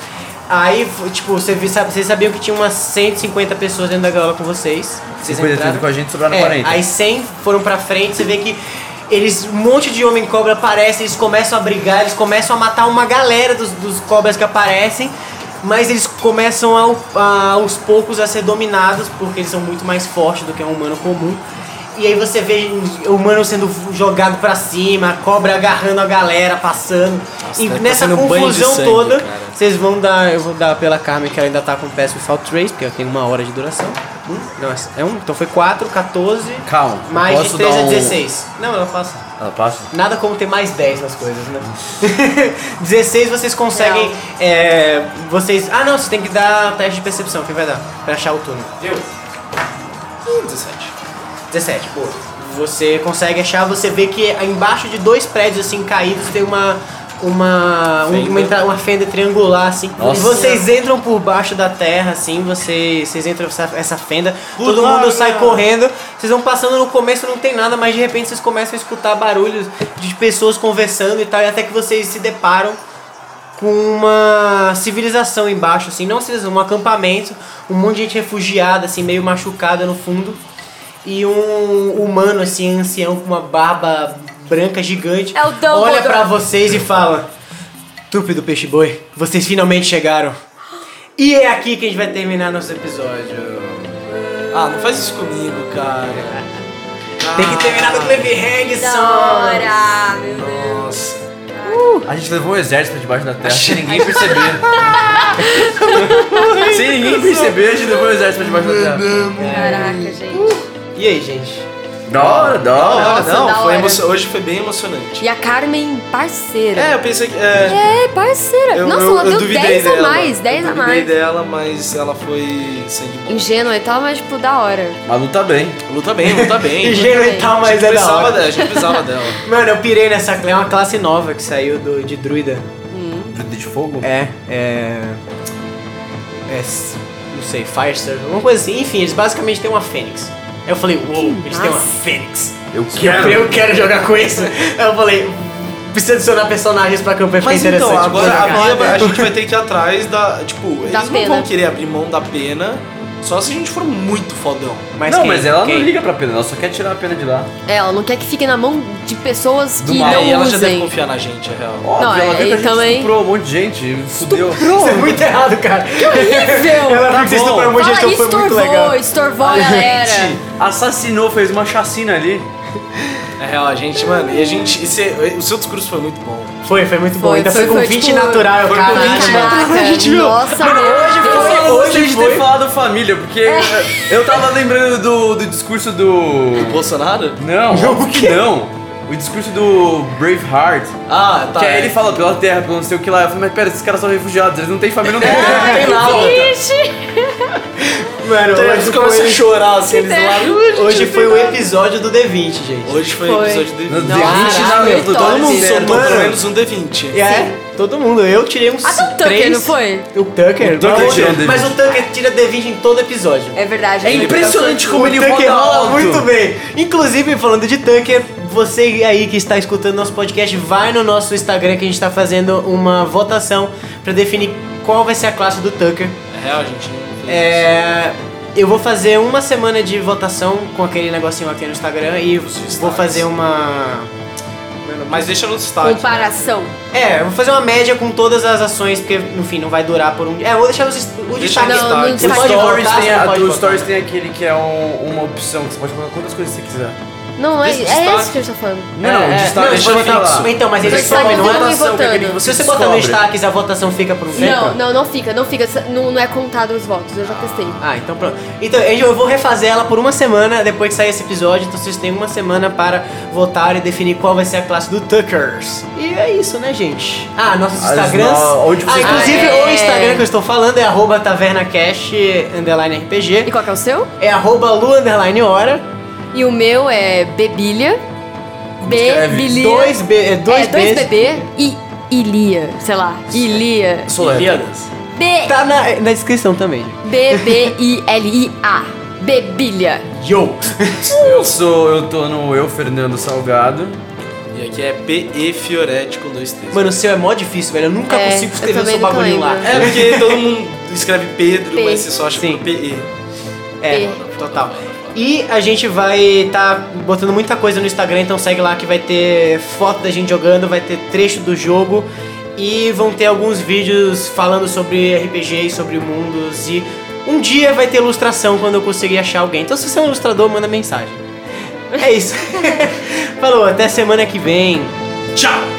A: Aí, f- tipo, você vi- sabe- vocês sabiam que tinha umas 150 pessoas dentro da gaiola com vocês. Vocês
B: 50
A: entraram.
B: com a gente, sobraram
A: É,
B: 40.
A: Aí 100 foram pra frente, você vê que eles, um monte de homem cobra aparece, eles começam a brigar, eles começam a matar uma galera dos, dos cobras que aparecem, mas eles começam ao- a- aos poucos a ser dominados, porque eles são muito mais fortes do que um humano comum. E aí você vê o humano sendo jogado pra cima, a cobra agarrando a galera, passando. e
D: deve tá
A: nessa
D: sendo um banho de
A: confusão
D: sangue,
A: toda,
D: cara.
A: vocês vão dar, eu vou dar pela Carmen que ela ainda tá com Pass Without Trace, porque ela tem uma hora de duração. Um? Não, é um, então foi 4, 14.
B: Calma, eu
A: Mais
B: posso
A: de 3
B: dar
A: a
B: um-
A: 16. Não, ela passa.
B: Ela passa?
A: Nada como ter mais 10 nas coisas, né? 16 vocês conseguem. é, vocês. Ah não, você tem que dar teste de percepção, quem vai dar? Pra achar o túnel.
E: Eu? 17.
A: 17, boa. Você consegue achar, você vê que embaixo de dois prédios assim caídos tem uma. Uma, um-
E: Fenda.
A: uma, entra- uma fenda triangular, assim.
B: Nossa.
A: E vocês entram por baixo da terra, assim, vocês, vocês entram essa, essa fenda, todo mundo sai correndo, vocês vão passando no começo, não tem nada, mas de repente vocês começam a escutar barulhos de pessoas conversando e tal, e até que vocês se deparam com uma civilização embaixo, assim, não civilização, um acampamento, um monte de gente refugiada, assim, meio machucada no fundo, e um humano, assim, ancião com uma barba branca gigante,
C: É o Dumbledore.
A: olha pra vocês e fala: Trupe do peixe boi, vocês finalmente chegaram. E é aqui que a gente vai terminar nosso episódio.
E: Ah, não faz isso comigo, cara.
A: Tem que terminar no cliffhanger,
C: Da
A: só.
C: hora, meu Deus.
E: Nossa.
B: A gente levou um exército pra debaixo da terra sem ninguém perceber. sem ninguém perceber, a gente levou um exército pra debaixo da terra.
C: Caraca, gente.
A: E aí, gente?
B: Da hora, da hora.
C: Nossa,
E: Ah, não,
C: da
E: foi
C: hora.
E: emocio- hoje foi bem emocionante.
C: E a Carmen, parceira.
E: É, eu pensei que. É,
C: É, parceira.
E: eu,
C: Nossa,
E: eu,
C: ela
E: eu
C: deu
E: duvidei
C: 10 a
E: dela.
C: mais, 10
E: eu
C: a
E: duvidei
C: mais.
E: dela, mas ela foi sangue bom.
C: Ingênua e tal, mas, tipo, da hora.
B: Mas luta bem.
E: Luta bem, luta bem.
A: Ingênuo e tal,
E: a
A: mas
E: gente
A: é da
E: precisava
A: hora.
E: dela, a gente precisava dela.
A: Mano, eu pirei nessa classe, é uma classe nova que saiu do, de druida.
B: Luta de fogo?
A: É, é. É. s- Não sei, Fire Server, alguma coisa assim. Enfim, eles basicamente têm uma Fênix. Eu falei, uou, eles têm uma
C: massa.
A: Fênix.
B: Eu
A: Que eu,
B: quero.
A: eu quero jogar com isso. Eu falei, precisa adicionar personagens pra campanha, fica
E: Mas
A: É interessante.
E: então,
A: vou
E: agora
A: jogar.
E: a, Bia- a gente vai ter que ir atrás da. Tipo, eles não
C: pena.
E: vão querer abrir mão da pena
D: Só se a gente for muito fodão.
A: Mas
B: não,
A: quem?
B: mas ela
A: Quem?
B: não liga pra pena, ela só quer tirar a pena de lá.
C: É, ela não quer que fique na mão de pessoas que
B: mal.
C: não
D: É, e ela já deve
C: usem.
D: confiar na gente, é real.
B: Óbvio,
C: Não,
B: ela
C: é,
B: vê que
C: e
B: a gente
C: também-
B: estuprou um monte de gente, fudeu.
A: Isso é muito errado, cara.
C: Horrível!
A: Ela
B: Tá
A: viu que vocês
B: bom.
A: estão
C: Fala,
A: muito então foi muito legal.
C: estorvou, estorvou a galera.
B: Assassinou, fez uma chacina ali.
D: É real, a gente, mano, e a gente. esse- o seu discurso foi muito bom.
A: Foi, foi muito bom.
C: Foi,
A: Ainda foi,
C: foi,
A: com
C: foi,
A: 20
C: tipo,
A: natural,
D: foi com
A: cara.
C: Caraca,
D: 20
C: nossa,
A: hoje
C: meu
A: foi-
C: Deus.
B: Eu
A: hoje
B: hoje de
A: foi-
B: ter falado família, porque eu tava lembrando do, do discurso do.
D: Bolsonaro?
B: Não, o que não. O discurso do Braveheart.
D: Ah, tá.
B: que aí ele fala pela terra, pelo não sei o que lá. Eu falei, mas pera, esses caras são refugiados, eles não têm família, não têm terra, não tem nada.
C: Triste!
A: Mano,
D: Então,
A: hoje
D: eles começam a
A: foi,
D: chorar, assim, eles
C: Né?
D: lá.
A: hoje foi o episódio do D20, gente.
D: Hoje foi o
C: Foi.
D: episódio do
B: No
D: D20.
B: D20
C: Caraca,
B: não, todo
C: Vitória.
B: mundo
A: Sim.
D: Soltou pelo
A: Mano.
D: menos um D20.
A: E é, todo mundo. Eu tirei uns
C: Até o Tucker,
A: três.
C: não foi?
A: O Tucker?
B: Tucker
A: mas-
B: tirou D20.
A: Mas o Tucker tira D20 em todo episódio.
C: É verdade.
B: É
C: gente.
B: impressionante como
A: o
B: ele
A: Tucker
B: roda
A: rola
B: alto.
A: muito bem. Inclusive, falando de Tucker, você aí que está escutando nosso podcast, vai no nosso Instagram que a gente está fazendo uma votação para definir qual vai ser a classe do Tucker.
D: É real, gente. não fez
A: É, eu vou fazer uma semana de votação com aquele negocinho aqui no Instagram e vou fazer uma.
D: isso. Mas deixa no destaque. né?
C: Comparação.
A: É, eu vou fazer uma média com todas as ações, porque, enfim, não vai durar por um. É, eu vou deixar os, o
D: Deixa
A: destaque.
D: no
C: Não, não
D: destaque.
B: O
A: Você pode
B: Stories,
A: votar,
B: tem,
A: você
B: a-
A: pode
B: o
A: votar.
B: Stories tem aquele que é um- uma opção que você pode colocar quantas coisas você quiser.
C: Não, é,
D: Esse
C: é
D: destaque.
C: esse que eu estou falando.
B: Não,
A: É,
B: o
A: é,
B: destaque
A: não,
B: deixa eu
A: mas não,
B: falar.
A: Então, mas
C: O
A: eles
C: destaque
A: somem, não
C: tem
A: é?
C: alguém
B: votação, que é aquele que
C: votando.
A: Se você
B: descobre.
A: botar no destaques, a votação fica por um tempo?
C: Não, não, não fica, não fica. Não, não é contado os votos, eu já testei.
A: Ah, então pronto. Então, Angel, eu vou refazer ela por uma semana depois que sair esse episódio. Então vocês têm uma semana para votar e definir qual vai ser a classe do Tuckers. E é isso, né, gente? Ah, nossos
B: As
A: Instagrams.
B: no- onde
A: ah,
B: vocês-
A: inclusive
C: Ah, é.
A: o Instagram que eu estou falando é arroba tavernacash underline
C: E
A: RPG.
C: qual que é o seu?
A: É arroba lu underline hora.
C: E o meu é Bebilha.
B: escreve?
C: Bebilha.
A: Dois B. É, dois
C: é, dois
A: Bs.
C: bebê e Ilia, sei lá. Ilia.
B: Soletra.
C: B
A: Tá na, na descrição também, gente.
C: B B I L I A. Bebilha.
A: Yo!
B: Eu sou, eu tô no Eu Fernando Salgado.
D: E aqui é PE Fioretti com dois T's.
A: Mano, o seu é mó difícil, velho. Eu nunca
C: É,
A: consigo escrever
C: eu
A: o
C: também
A: seu
C: nunca
A: bagulho lá.
C: lembro.
D: É porque todo mundo escreve Pedro,
C: P.
D: mas você só acha
A: Sim.
D: por PE.
A: É, total. E a gente vai tá botando muita coisa no Instagram, então segue lá que vai ter foto da gente jogando, vai ter trecho do jogo e vão ter alguns vídeos falando sobre RPG e sobre mundos e um dia vai ter ilustração quando eu conseguir achar alguém. Então se você é um ilustrador, manda mensagem. É isso. Falou, até semana que vem.
D: Tchau!